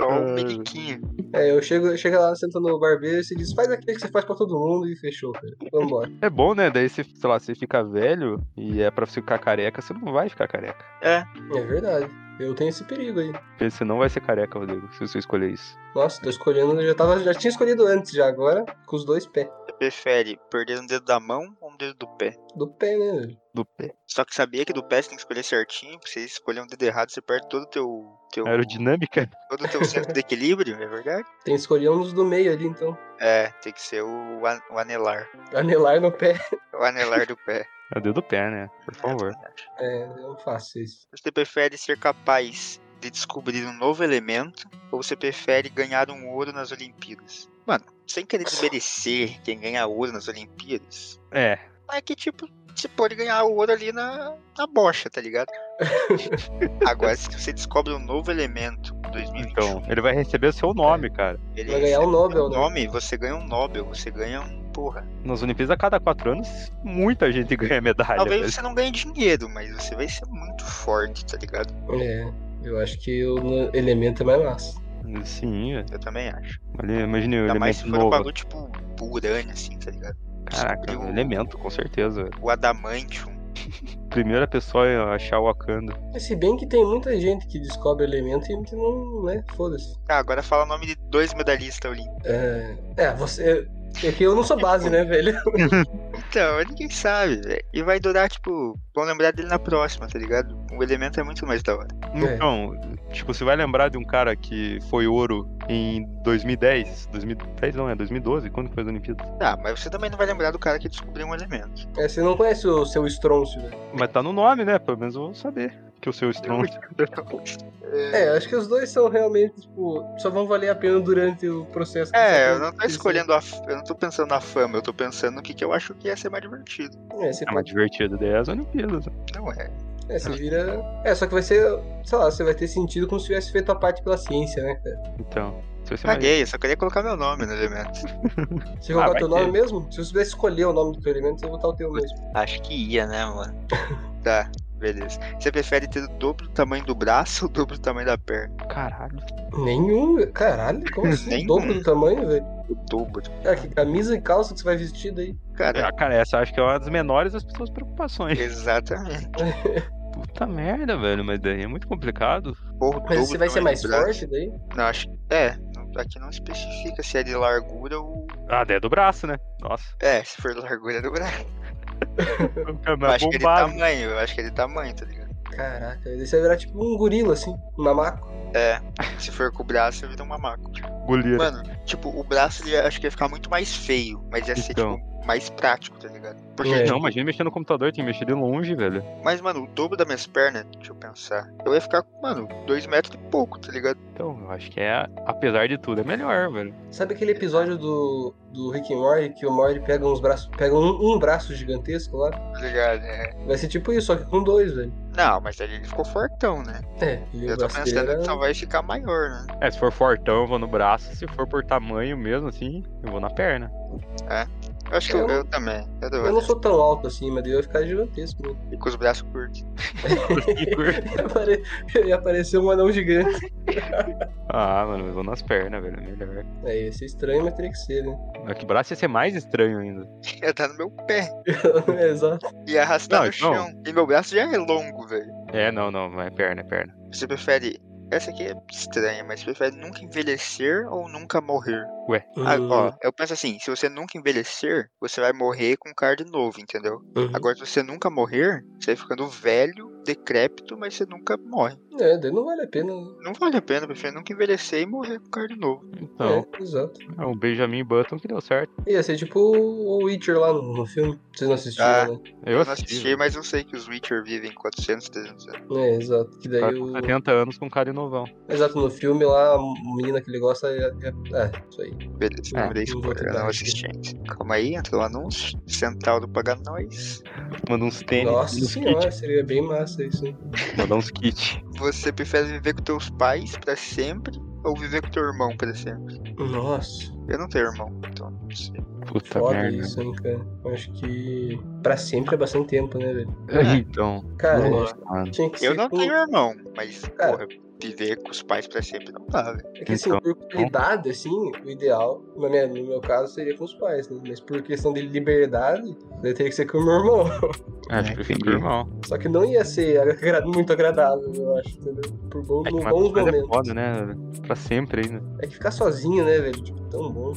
S3: Só um
S1: Ah.
S3: periquinho.
S2: É, eu chego, chega lá, sento no barbeiro e você diz, faz aquele que você faz pra todo mundo e fechou, cara. Vambora.
S1: É bom, né? Daí você, sei lá, você fica velho e é pra ficar careca, você não vai ficar careca.
S3: É,
S2: É verdade. Eu tenho esse perigo aí.
S1: Porque Você não vai ser careca, Rodrigo, se você escolher isso.
S2: Nossa, tô escolhendo, eu já tava, já tinha escolhido antes já agora, com os dois pés.
S3: você prefere perder um dedo da mão ou um dedo do pé?
S2: Do pé, né, velho?
S1: Do pé.
S3: Só que sabia que do pé você tem que escolher certinho, porque se você escolher um dedo errado, você perde todo o teu, teu,
S1: Aerodinâmica?
S3: todo o teu centro de equilíbrio, é verdade?
S2: Tem que escolher um dos do meio ali, então.
S3: É, tem que ser o, an- o anelar.
S2: Anelar no pé. (laughs)
S3: O anelar do pé.
S1: É o dedo do pé, né? Por favor.
S2: É, eu faço isso.
S3: Você prefere ser capaz de descobrir um novo elemento ou você prefere ganhar um ouro nas Olimpíadas? Mano, sem querer desmerecer quem ganha ouro nas Olimpíadas,
S1: É.
S3: é que, tipo, você pode ganhar o ouro ali na, na bocha, tá ligado?
S1: (laughs)
S3: Agora, se você descobre um novo elemento em 2021,
S1: Então, ele vai receber o seu nome, cara.
S3: ele
S2: Vai ganhar o
S3: recebe
S2: Nobel,
S3: um
S2: né?
S3: nome, um, você ganha um Nobel, você ganha um. Porra.
S1: Nas Olimpíadas, a cada quatro anos, muita gente ganha medalha.
S3: Talvez
S1: velho.
S3: você não ganhe dinheiro, mas você vai ser muito forte, tá ligado?
S2: É, eu acho que o no- elemento é mais massa.
S1: Sim, velho.
S3: Eu também acho.
S1: Ali, imagine o
S3: Ainda
S1: elemento
S3: mais se for um
S1: novo.
S3: bagulho tipo por urânio, assim, tá ligado?
S1: Caraca,
S3: descobriu-
S1: um elemento, com certeza. velho.
S3: O adamantium.
S1: Primeira pessoa a achar o Wakanda.
S2: Mas se bem que tem muita gente que descobre elemento e que não, né, foda-se.
S3: Tá, agora fala o nome de dois medalhistas olímpicos.
S2: É, é, você... É que eu não sou base, né, velho?
S3: Então, ninguém sabe, velho. E vai durar, tipo, vão lembrar dele na próxima, tá ligado? O elemento é muito mais da hora.
S2: É.
S1: Então, tipo, você vai lembrar de um cara que foi ouro em 2010? 2010 não, é 2012? Quando que foi as Olimpíadas?
S3: Tá, mas você também não vai lembrar do cara que descobriu um elemento.
S2: É, você não conhece o seu estrôncio, velho.
S1: Mas tá no nome, né? Pelo né? menos eu vou saber. que o seu Strong.
S2: É, acho que os dois são realmente, tipo, só vão valer a pena durante o processo.
S3: É, eu não tô escolhendo a. f- Eu não tô pensando na fama, eu tô pensando no que, que eu acho que ia ser mais divertido.
S2: É,
S3: Ah,
S2: você
S1: É mais divertido, daí é as Olimpíadas.
S3: Não é.
S2: É, você vira. É, só que vai ser. Sei lá, você vai ter sentido como se tivesse feito a parte pela ciência, né, cara?
S1: Então, isso vai ser mais...
S3: Paguei, eu só queria colocar meu nome no elemento.
S2: Você
S1: Ah,
S2: colocar
S1: vai
S2: teu nome
S1: ter.
S2: mesmo? Se você pudesse escolher o nome do teu elemento, você vai botar o teu mesmo.
S3: Acho que ia, né, mano? (laughs) tá, beleza. Você prefere ter o dobro do tamanho do braço ou o dobro do tamanho da perna?
S1: Caralho.
S2: Nenhum, caralho, como assim?
S3: (laughs) Nenhum.
S2: O dobro do tamanho, velho?
S3: O dobro.
S2: Cara, que camisa e calça que você vai vestir daí?
S3: Cara,
S1: Ah, Cara, essa acho que é uma das menores das pessoas
S3: É.
S1: preocupações.
S3: exatamente.
S1: Puta merda, velho, mas daí é muito complicado.
S3: Ou o
S2: Mas
S3: dobro
S2: você
S3: do
S2: vai ser
S3: tamanho do
S2: mais
S3: braço.
S2: forte daí?
S3: Não, acho É, não- aqui não especifica se é de largura ou.
S1: Ah, daí é do braço, né? Nossa.
S3: É, se for de largura é do braço. Eu
S1: Mas
S3: acho que é de
S1: bombado.
S3: tamanho, eu acho que é de tamanho, tá ligado?
S2: Caraca, daí você vai virar tipo um gorila, assim, um mamaco.
S3: É, se for com o braço, vira um mamaco.
S1: Goleiro.
S3: Mano, tipo, o braço ele, acho que ia ficar muito mais feio, mas ia ser,
S1: Então.
S3: tipo, mais prático, tá ligado? Porque,
S2: É.
S3: tipo,
S1: Não, imagina mexer no computador, tem que mexer de longe, velho.
S3: mas, mano, o dobro das minhas pernas, deixa eu pensar, eu ia ficar, com, mano, dois metros e pouco, tá ligado?
S1: Então, eu acho que é, apesar de tudo, é melhor, velho.
S2: Sabe
S3: É
S2: aquele episódio do, do Rick and Morty que o Morty pega uns braços, pega um, um braço gigantesco lá?
S3: Tá ligado? É.
S2: Vai ser tipo isso, só que com dois, velho.
S3: Não, mas ali ele ficou fortão, né?
S2: É, e o
S3: eu tô
S2: braço dele
S3: pensando
S2: era-
S3: que só vai ficar maior, né?
S1: É, se for fortão, eu vou no braço. Se for por tamanho mesmo, assim, eu vou na
S2: (laughs)
S1: perna.
S3: Eu acho que
S2: Eu
S3: eu,
S2: não-
S3: eu também. Eu, dou-
S2: Eu não sou tão alto assim, mas daí eu ia ficar gigantesco. né? (laughs)
S3: E com os braços curtos.
S2: Ia apare- Ia aparecer um anão gigante.
S1: ah, mano, eu vou nas pernas, velho. É melhor.
S2: É, ia ser estranho, mas teria que ser, né? (laughs)
S1: Mas que braço ia ser mais estranho ainda.
S3: Ia dar tá no meu pé.
S2: é, exato.
S3: E arrastar
S1: Não,
S3: no
S1: então-
S3: chão. E meu braço já é longo, velho.
S1: É, não, não, mas é perna, é perna.
S3: Você prefere. Essa aqui é estranha, mas você prefere nunca envelhecer ou nunca morrer?
S1: Uh.
S3: Ah,
S2: Uhum,
S3: ó, eu penso assim, se você nunca envelhecer, você vai morrer com card novo, entendeu?
S2: Uhum.
S3: Agora, se você nunca morrer, você vai ficando velho, decrépito, mas você nunca morre.
S2: É, daí não vale a pena. né?
S3: Não vale a pena, eu prefiro nunca envelhecer e morrer com card novo.
S1: Então,
S2: É, exato.
S1: é um Benjamin Button que deu certo.
S2: Ia ser tipo o Witcher lá no, no filme. Vocês não assistiram,
S3: Ah.
S2: né?
S1: Eu,
S3: não
S1: assisti.
S3: assisti, mas eu sei que os Witcher vivem 400, 300 anos.
S2: É, exato. Que daí
S1: Cara Tá com
S2: o.
S1: 70 anos com um cara de novão.
S2: Exato, no filme lá, a menina que ele gosta é. É, é, isso aí.
S3: Beleza,
S1: É,
S3: não me dei
S2: não vou te
S3: spoiler,
S2: dar,
S3: não assisti ainda. Calma aí, entrou o anúncio. Centauro paga nós.
S1: Manda uns tênis,
S2: Nossa
S1: uns
S2: senhora,
S1: kits.
S2: seria bem massa isso. hein?
S1: Manda uns kits.
S3: Você prefere viver com teus pais pra sempre ou viver com teu irmão pra sempre?
S2: Nossa,
S3: Eu não tenho irmão, então não sei.
S1: Puta
S2: foda
S1: merda.
S2: isso, hein, cara. Eu Acho que. Pra sempre é bastante tempo, né, velho?
S3: É.
S1: Então,
S2: Cara,
S3: Não,
S2: eu acho que
S1: mano.
S2: tinha que ser.
S3: Eu não
S2: com-
S3: tenho irmão, mas,
S2: Cara.
S3: porra, viver com os pais pra sempre não dá, velho.
S2: É que assim,
S1: Então,
S2: por qualidade, assim, o ideal, na minha- no meu caso, seria com os pais, né? Mas por questão de liberdade, daí teria que ser com o meu irmão. (laughs)
S1: Acho que eu fico É irmão.
S2: Só que não ia ser agra- muito agradável, eu acho, entendeu? Por bom,
S1: É que
S2: num
S1: mas
S2: bons
S1: os pais é
S2: momentos.
S1: foda, né? velho? Pra sempre né? ainda.
S2: É que ficar sozinho, né, velho? Tipo, tão bom.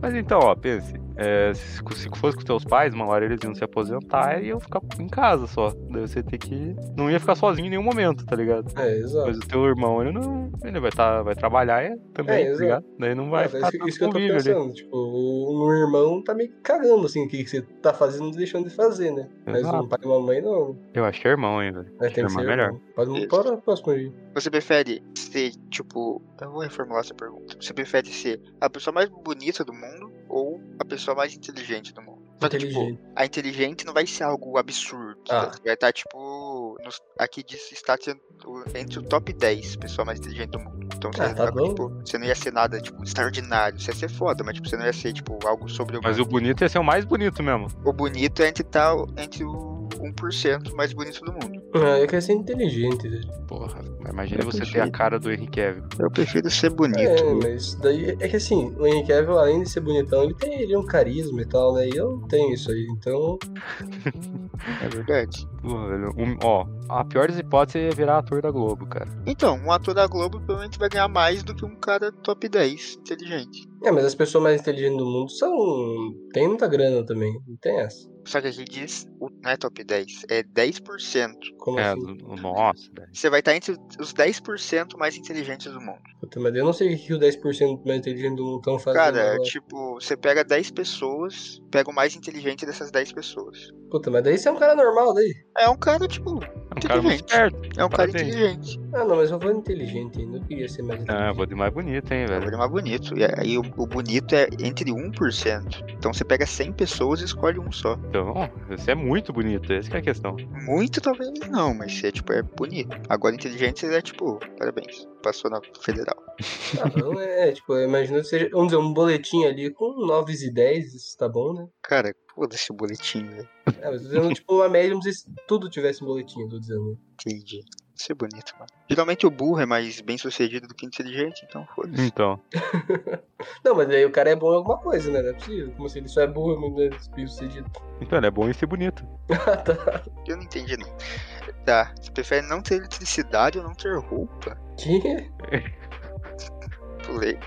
S1: Mas então, ó, pense. é, se, se fosse com teus pais, uma hora eles iam se aposentar e eu ficar em casa só. Daí você tem que. Não ia ficar sozinho em nenhum momento, tá ligado?
S2: É, exato.
S1: Mas o teu irmão, ele não. Ele vai, tá, vai trabalhar é,
S2: É,
S1: também, tá
S2: exato.
S1: ligado? Daí não vai
S2: Mas é
S1: ficar.
S2: isso,
S1: tanto
S2: isso que eu tô
S1: convívio ali.
S2: pensando. Tipo, o meu irmão tá meio que cagando, assim, o que que você tá fazendo e deixando de fazer, né? Mas
S1: Exato.
S2: um pai e uma mãe, não.
S1: Eu acho que é irmão, hein, velho.
S2: Mas tem que
S1: Irmão
S2: ser
S1: é
S2: irmão. Pode
S3: Isso.
S2: mudar para o próximo aí.
S3: Você prefere ser, tipo. Eu vou reformular essa pergunta. Você prefere ser a pessoa mais bonita do mundo ou a pessoa mais inteligente do mundo? Só que, tipo,
S2: Inteligente.
S3: a inteligente não vai ser algo absurdo.
S2: Ah.
S3: Vai estar, tipo. nos- aqui diz status entre o top 10 pessoa mais inteligente do mundo. Então você,
S2: Ah, tá
S3: vai ficar,
S2: bom.
S3: tipo, você não ia ser nada, tipo, extraordinário. Você ia ser foda, mas tipo, você não ia ser, tipo, algo sobre o.
S1: Mas o bonito ia ser o mais bonito mesmo.
S3: O bonito é entre tal. Entre o 1% mais bonito do mundo.
S2: Ah, eu quero ser inteligente, né? velho.
S1: Porra, imagina você ter a cara do Henry Cavill.
S3: Eu prefiro ser
S2: É,
S3: bonito.
S2: mas daí é que assim, o Henry Cavill, além de ser bonitão, ele tem ele é um carisma e tal, né? E eu não tenho isso aí, então.
S3: é verdade.
S1: Porra, velho. um- ó, a pior das hipóteses é virar ator da Globo, cara.
S3: Então, um ator da Globo provavelmente vai ganhar mais do que um cara top 10 inteligente.
S2: É, mas as pessoas mais inteligentes do mundo são. tem muita grana também, não tem essa.
S3: Só que aqui diz, o- não é top 10, é 10%.
S2: Como
S1: É,
S2: assim?
S1: do- do- nossa, velho.
S3: Você vai estar entre os 10% mais inteligentes do mundo.
S2: Puta, mas eu não sei o que que o 10% mais inteligente do mundo estão fazendo.
S3: Cara,
S2: agora.
S3: tipo, você pega 10 pessoas, pega o mais inteligente dessas 10 pessoas.
S2: Puta, mas daí você é um cara normal daí.
S3: É um cara, tipo,
S1: É Um cara muito
S3: inteligente.
S1: esperto.
S3: É um cara
S1: Parabéns.
S3: inteligente.
S2: Ah, não, mas eu vou inteligente ainda. Eu queria ser mais
S1: Ah,
S2: inteligente.
S1: vou de mais bonito, hein,
S3: Ele
S1: velho.
S3: é mais bonito. E aí o, o bonito é entre 1%. Então você pega 100 pessoas e escolhe um só.
S1: Então, você é muito bonito, essa que é a questão.
S3: Muito talvez não, mas você tipo, é bonito. Agora inteligente você é tipo, parabéns. Passou na federal.
S2: Ah, não, é, tipo, eu imagino que seja, vamos dizer, um boletim ali com 9 e 10, isso tá bom, né?
S3: Cara, foda-se o boletim, velho.
S2: Ah, mas eu tô dizendo, tipo, uma média, vamos dizer, se tudo tivesse um boletim, eu tô dizendo.
S3: Entendi. Isso é bonito, mano. Geralmente o burro é mais bem sucedido do que inteligente, então foda-se.
S1: Então,
S2: Não, mas aí o cara é bom em alguma coisa, né? Não é possível. Como se ele só é burro, mas não é bem sucedido.
S1: então ele é bom em ser bonito.
S2: Ah, tá.
S3: Eu não entendi não. Tá, você prefere não ter eletricidade ou não ter roupa?
S2: Que?
S3: Pulei.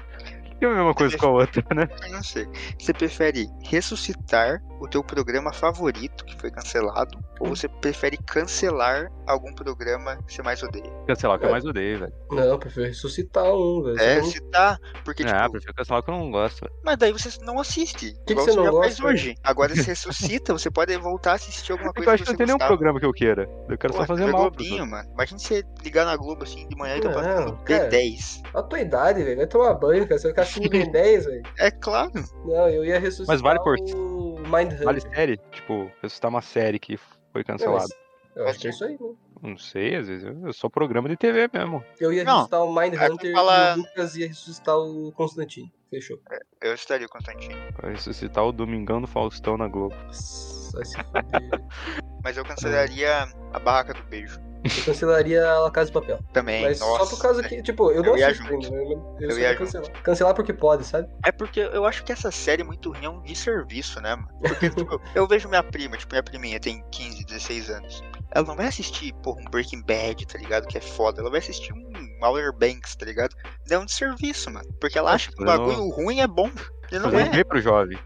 S1: E a mesma coisa com a outra, né?
S3: Eu não sei. Você prefere ressuscitar o teu programa favorito que foi cancelado? Ou
S1: Hum.
S3: você prefere cancelar algum programa que você mais odeia?
S1: (laughs) Cancelar o que eu mais odeio, velho.
S2: Não, eu prefiro ressuscitar um, velho.
S3: É,
S2: Só que-
S3: citar, porque
S1: Ah,
S3: tipo,
S1: prefiro cancelar o que eu não gosto. velho.
S3: mas daí você não assiste.
S2: que
S3: igual
S2: você não
S3: já faz
S2: gosta,
S3: hoje. Agora você ressuscita, você pode voltar a assistir alguma
S1: É
S3: coisa
S1: que eu acho
S3: que
S1: que
S3: você
S1: não tem nenhum
S3: gostava.
S1: programa que eu queira. Eu quero
S3: Porra,
S1: só fazer
S3: é
S1: mal. pros
S3: Globinho, mano. Imagina você ligar na Globo assim de manhã e tá passando
S2: Não, cara.
S3: B10.
S2: A tua idade, velho. Vai tomar banho, cara. Você vai ficar assim em 10, velho.
S3: É claro.
S2: Não, eu ia ressuscitar
S1: Mas vale por-
S2: o
S1: outros. Vale
S2: Mindhunter.
S1: série? Tipo, ressuscitar uma série que foi
S2: Não, mas
S1: cancelada.
S2: Eu acho que é isso aí, né?
S1: Não sei, às vezes eu eu só programa de TV mesmo.
S2: Eu ia
S3: Não,
S2: ressuscitar o Mindhunter
S3: é falar-
S2: e o Lucas ia ressuscitar o Constantino. Fechou.
S3: Eu estaria, Constantino.
S1: Vai ressuscitar o Domingão do Faustão na Globo.
S2: Nossa, vai se foder.
S3: Mas
S2: É.
S3: eu cancelaria a barraca do beijo.
S2: Eu cancelaria a La Casa de Papel.
S3: Também.
S2: Mas
S3: nossa.
S2: só por causa que, tipo, eu não
S3: Eu ia
S2: assisto ainda.
S3: junto.
S2: Eu, eu
S3: Eu
S2: só
S3: ia
S2: ia cancelar. Cancelar porque pode, sabe?
S3: É porque eu acho que essa série é muito ruim, é um desserviço, né, mano?
S2: (laughs)
S3: Porque, tipo, eu vejo minha prima, tipo, minha priminha tem 15, 16 anos. Ela não vai assistir, porra, um Breaking Bad, tá ligado? Que é foda. Ela vai assistir um Outer Banks, tá ligado? É um desserviço, mano. Porque ela acha que
S1: Eu
S3: o
S1: não-
S3: bagulho ruim é bom. E não
S1: Fazer
S3: é.
S1: bem pro jovem.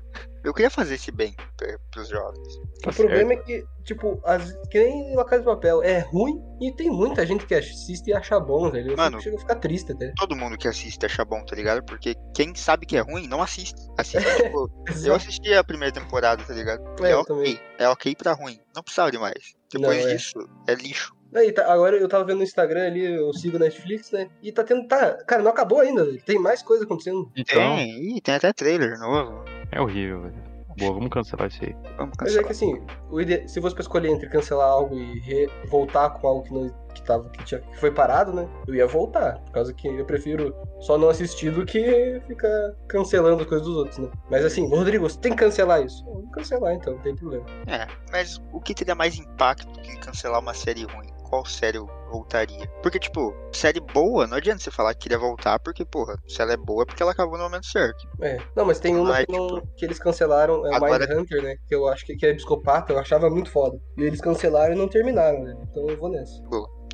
S3: Eu queria fazer esse bem pra- pros jovens.
S1: Tá
S2: o problema
S1: certo.
S2: é que, tipo, as, que nem La Casa de Papel é ruim e tem muita gente que assiste e acha bom, velho. Eu
S3: Mano.
S2: fico- chego a ficar triste até.
S3: Todo mundo que assiste acha bom, tá ligado? Porque quem sabe que é ruim, não assiste.
S2: (laughs)
S3: Assiste, tipo, eu assisti a primeira temporada, tá ligado?
S2: É,
S3: é
S2: eu
S3: ok.
S2: também.
S3: É ok pra ruim. Não precisava de mais. Depois
S2: Não, é.
S3: disso, é lixo.
S2: Aí, tá, agora eu tava vendo no Instagram ali, eu sigo Netflix, né? E tá tendo. Tá, cara, não acabou ainda, velho. Tem mais coisa acontecendo.
S1: Então,
S3: Tem, ih, tem até trailer novo.
S1: é horrível, velho. Boa, vamos cancelar isso aí.
S3: Vamos
S2: Mas é que
S3: cancelar.
S2: assim, o ide- se fosse pra escolher entre cancelar algo e re- voltar com algo que não que tava que, tinha, que foi parado, né? Eu ia voltar, por causa que eu prefiro só não assistir do que ficar cancelando as coisas dos outros, né? Mas assim, Rodrigo, você tem que cancelar isso. Eu Vou cancelar então, não tem problema.
S3: É, mas o que teria mais impacto que cancelar uma série ruim? Qual série eu voltaria? Porque, tipo, série boa, não adianta você falar que queria voltar, porque, porra, se ela é boa é porque ela acabou no momento certo.
S2: É. Não, mas tem uma
S3: Mas, tipo,
S2: que, não- que eles cancelaram, é o
S3: agora-
S2: Mindhunter, né? Que eu acho que, que é psicopata, eu achava muito foda. E eles cancelaram e não terminaram, né? Então eu vou nessa.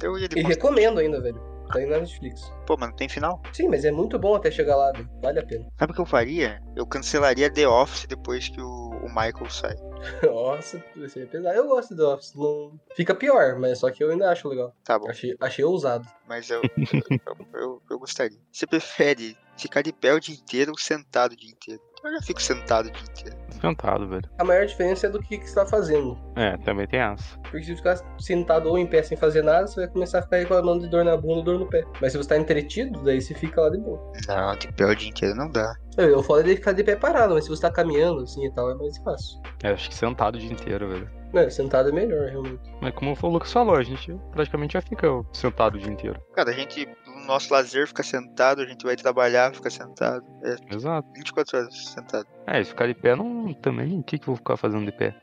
S3: Eu ia de
S2: E recomendo ainda, velho. Tá aí na Netflix.
S3: Pô, mas não tem final?
S2: Sim, mas é muito bom até chegar lá, velho. Vale a pena.
S3: Sabe o que eu faria? Eu cancelaria The Office depois que o, o Michael sai.
S2: (laughs) Nossa, isso aí é pesado. Eu gosto do Office. Não... Fica pior, mas só que eu ainda acho legal.
S3: Tá bom,
S2: Achei, achei ousado.
S3: mas eu, eu, eu, eu gostaria. Você prefere ficar de pé o dia inteiro ou sentado o dia inteiro? Eu já fico sentado o dia inteiro.
S1: Sentado, velho.
S2: A maior diferença é do que, que você tá fazendo.
S1: É, também tem essa.
S2: Porque se ficar sentado ou em pé sem fazer nada, você vai começar a ficar reclamando de dor na bunda, dor no pé. Mas se você tá entretido, daí você fica lá de boa.
S3: Não, de pé o dia inteiro não dá.
S2: Eu, eu falo de ficar de pé parado, mas se você tá caminhando assim e tal, é mais fácil.
S1: Eu acho que sentado o dia inteiro, velho.
S2: Não, sentado é melhor, realmente.
S1: Mas como o Lucas falou, a gente praticamente já fica sentado o dia inteiro.
S3: Cara, a gente, no nosso lazer, fica sentado, a gente vai trabalhar, fica sentado. É
S1: Exato.
S3: 24 horas sentado.
S1: É, e se ficar de pé não. Também, o que, que eu vou ficar fazendo de pé?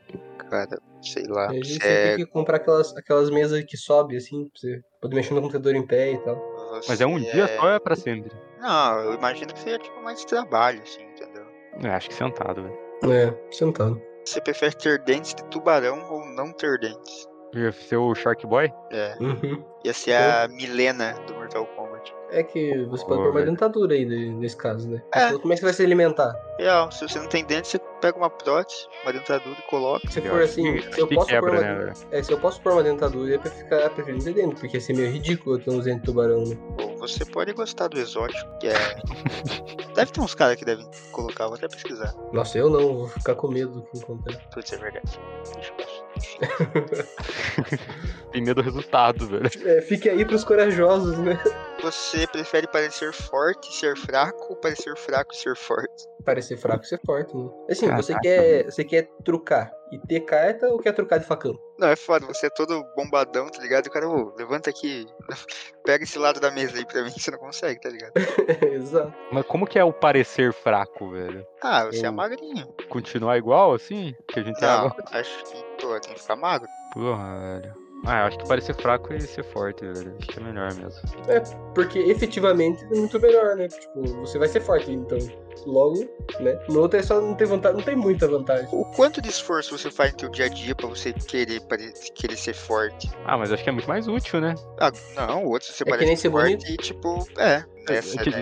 S3: Cara, sei lá.
S2: Aí você
S3: É,
S2: tem que comprar aquelas, aquelas mesas que sobe, assim, pra você poder mexer no computador em pé e tal.
S1: Mas é um
S3: você
S1: dia só ou é pra sempre?
S3: Não, eu imagino que seja tipo mais trabalho, assim, entendeu?
S1: É, acho que sentado, velho.
S2: É, sentado.
S3: Você prefere ter dentes de tubarão ou não ter dentes?
S1: Ia ser o Shark Boy?
S3: É.
S2: Uhum.
S3: Ia ser a Milena do Mortal Kombat.
S2: É que você pode
S1: Ô,
S2: pôr uma
S1: velho.
S2: dentadura aí de- nesse caso, né?
S3: É.
S2: Então, como é que você vai se alimentar?
S3: Real, se você não tem dentes, você pega uma prótese, uma dentadura e coloca.
S2: Se
S1: Eu
S2: for
S1: acho
S2: assim,
S1: que-
S2: se eu
S1: que
S2: posso
S1: quebra,
S2: pôr uma
S1: né,
S2: dentadura. É, se eu posso pôr uma dentadura, é pra ficar preferindo ter dentro, porque ia ser meio ridículo eu ter uns dentes de tubarão, né?
S3: Bom, você pode gostar do exótico, que é. Deve ter uns caras que devem colocar, vou até pesquisar.
S2: Nossa, eu não, vou
S3: é
S2: ficar com medo do que encontrar.
S3: Putz, é verdade. Deixa eu ver.
S1: tem medo do resultado, velho.
S2: É, fique aí pros corajosos, né? (laughs)
S3: Você prefere parecer forte e ser fraco ou parecer fraco e ser forte?
S2: Parecer fraco ser forte, né? Assim, você
S1: Caraca,
S2: quer, você quer trucar e ter carta ou quer trucar de facão? (laughs)
S3: Não, é foda, você é todo bombadão, tá ligado? O cara, ô, levanta aqui, (laughs) pega esse lado da mesa aí pra mim, (laughs) você não consegue, tá ligado?
S2: Exato.
S1: Mas como que é o parecer fraco, velho?
S3: Ah, você é
S1: Eu-
S3: magrinho.
S1: Continuar igual, assim? Que a gente é
S3: Não,
S1: agora?
S3: acho que, pô, tem que ficar magro.
S1: Porra, velho. Ah, eu acho que parecer fraco e ser forte, velho. Acho que é melhor mesmo.
S2: Porque efetivamente é muito melhor, né? Tipo, você vai ser forte, então. Logo, né? No outro é só não ter vantagem, não tem muita vantagem.
S3: O quanto de esforço você faz no seu dia a dia pra você querer, pare- querer ser forte?
S1: Ah, mas acho que é muito mais útil, né?
S3: Ah, não, o outro
S2: É
S3: você
S2: que
S3: parece
S2: nem ser
S3: forte
S2: bonito.
S3: e tipo, é,
S1: é
S3: essa,
S1: que,
S3: né?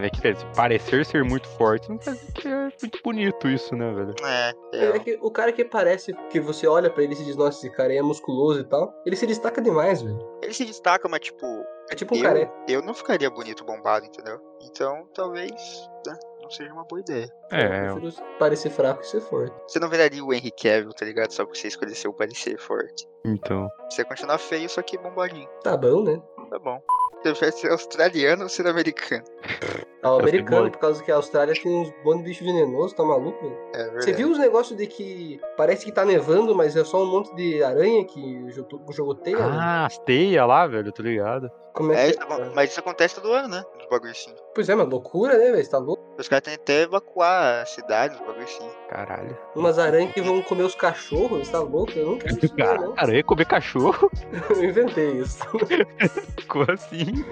S1: hum, é que quer dizer, parecer ser muito forte não quer dizer que é muito bonito isso, né, velho?
S3: É,
S2: É.
S3: é,
S2: que o cara que parece que você olha pra ele e se diz, nossa, esse cara aí é musculoso e tal, ele se destaca demais, velho.
S3: ele se destaca, mas tipo,
S2: É tipo um
S3: eu,
S2: careca.
S3: eu não ficaria bonito bombado, entendeu? Então, talvez, né, não seja uma boa ideia.
S1: É,
S2: Eu prefiro parecer fraco e ser forte.
S3: Você não viraria o Henry Cavill, tá ligado? Só porque você escolheu seu parecer forte.
S1: então.
S3: Você ia continuar feio, só que bombadinho.
S2: Tá bom, né?
S3: Tá bom. Você prefere ser australiano ou ser americano?
S2: Ah,
S1: Eu
S2: o
S1: sei
S2: americano,
S1: mole.
S2: por causa que a Austrália tem uns bons de bicho venenoso, tá maluco?
S3: É verdade.
S2: Você viu os negócios de que parece que tá nevando, mas é só um monte de aranha que jo- jogoteia? né?
S1: Ah, as teias lá, velho, tô ligado.
S2: Como
S3: É,
S2: é
S3: isso
S2: que
S3: acon- mas isso acontece todo ano, né? Os bagulho assim.
S2: Pois é, mas loucura, né, velho? Você tá louco?
S3: Os caras têm até evacuar a cidade, os bagulho assim.
S1: Caralho.
S2: Umas aranhas que vão comer os cachorros, você tá louco? Eu nunca vi isso,
S1: (laughs) É Cara,
S2: não.
S1: aranha comer cachorro?
S2: (laughs)
S1: (laughs)
S2: Eu inventei isso. (laughs)
S1: Como assim?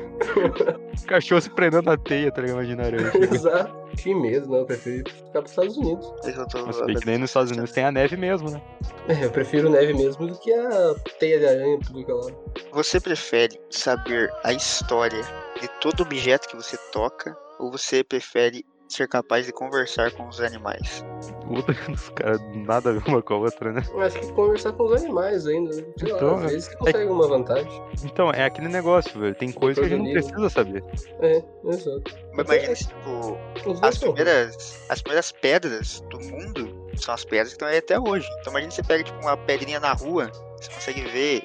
S1: cachorro se prendendo na teia, tá ligado? Imagina a aranha.
S2: Exato. Que medo, não. Eu prefiro ficar pros Estados Unidos.
S3: Mas eu tô-
S1: Mas bem que nem nos Estados Unidos tem a neve mesmo, né?
S2: É, eu prefiro neve mesmo do que a teia de aranha, tudo que é ela.
S3: Você prefere saber a história de todo objeto que você toca ou você prefere ser capaz de conversar com os animais?
S1: Puta, (laughs) os caras nada a ver uma com a outra, né?
S2: Eu acho que conversar com os animais ainda. né? Sei lá,
S1: Então,
S2: às
S1: é-
S2: vezes você consegue uma vantagem.
S1: Então, é aquele negócio, velho. Tem coisa que a gente não precisa saber.
S2: É, exato.
S3: Mas imagina, tipo,
S2: Os dois
S3: as
S2: são ruins.
S3: primeiras, as primeiras pedras do mundo são as pedras que estão aí até hoje. Então imagina você pega tipo, uma pedrinha na rua, você consegue ver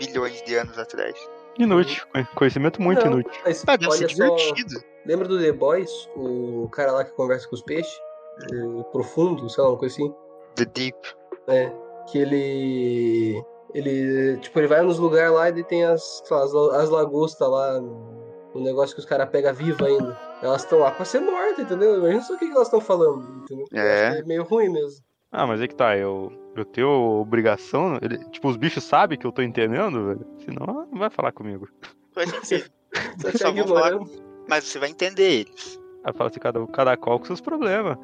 S3: bilhões de anos atrás.
S1: Inútil. é, Conhecimento muito
S2: Não.
S1: inútil.
S2: Mas
S3: Ah, deve ser
S2: olha só,
S3: divertido.
S2: lembra do The Boys? O cara lá que conversa com os peixes? O profundo, sei lá, uma coisa assim.
S3: The Deep.
S2: É, que ele. Ele. Tipo, ele vai nos lugares lá e daí tem as, sei lá, as, la- as lagostas lá. Um negócio que os caras pegam viva ainda. Elas estão lá pra ser mortas, entendeu? Imagina só o que, que elas estão falando, entendeu? Eu
S3: É.
S2: acho que meio ruim mesmo.
S1: Ah, mas é que tá, eu, eu tenho obrigação. ele- tipo, os bichos sabem que eu tô entendendo, velho. Senão, não vai falar comigo.
S3: Faz sentido.
S2: Só
S3: Só
S2: que
S3: vou falar-
S2: ignorando.
S3: Mas você vai entender eles.
S1: Aí fala assim, cada, cada qual com seus problemas.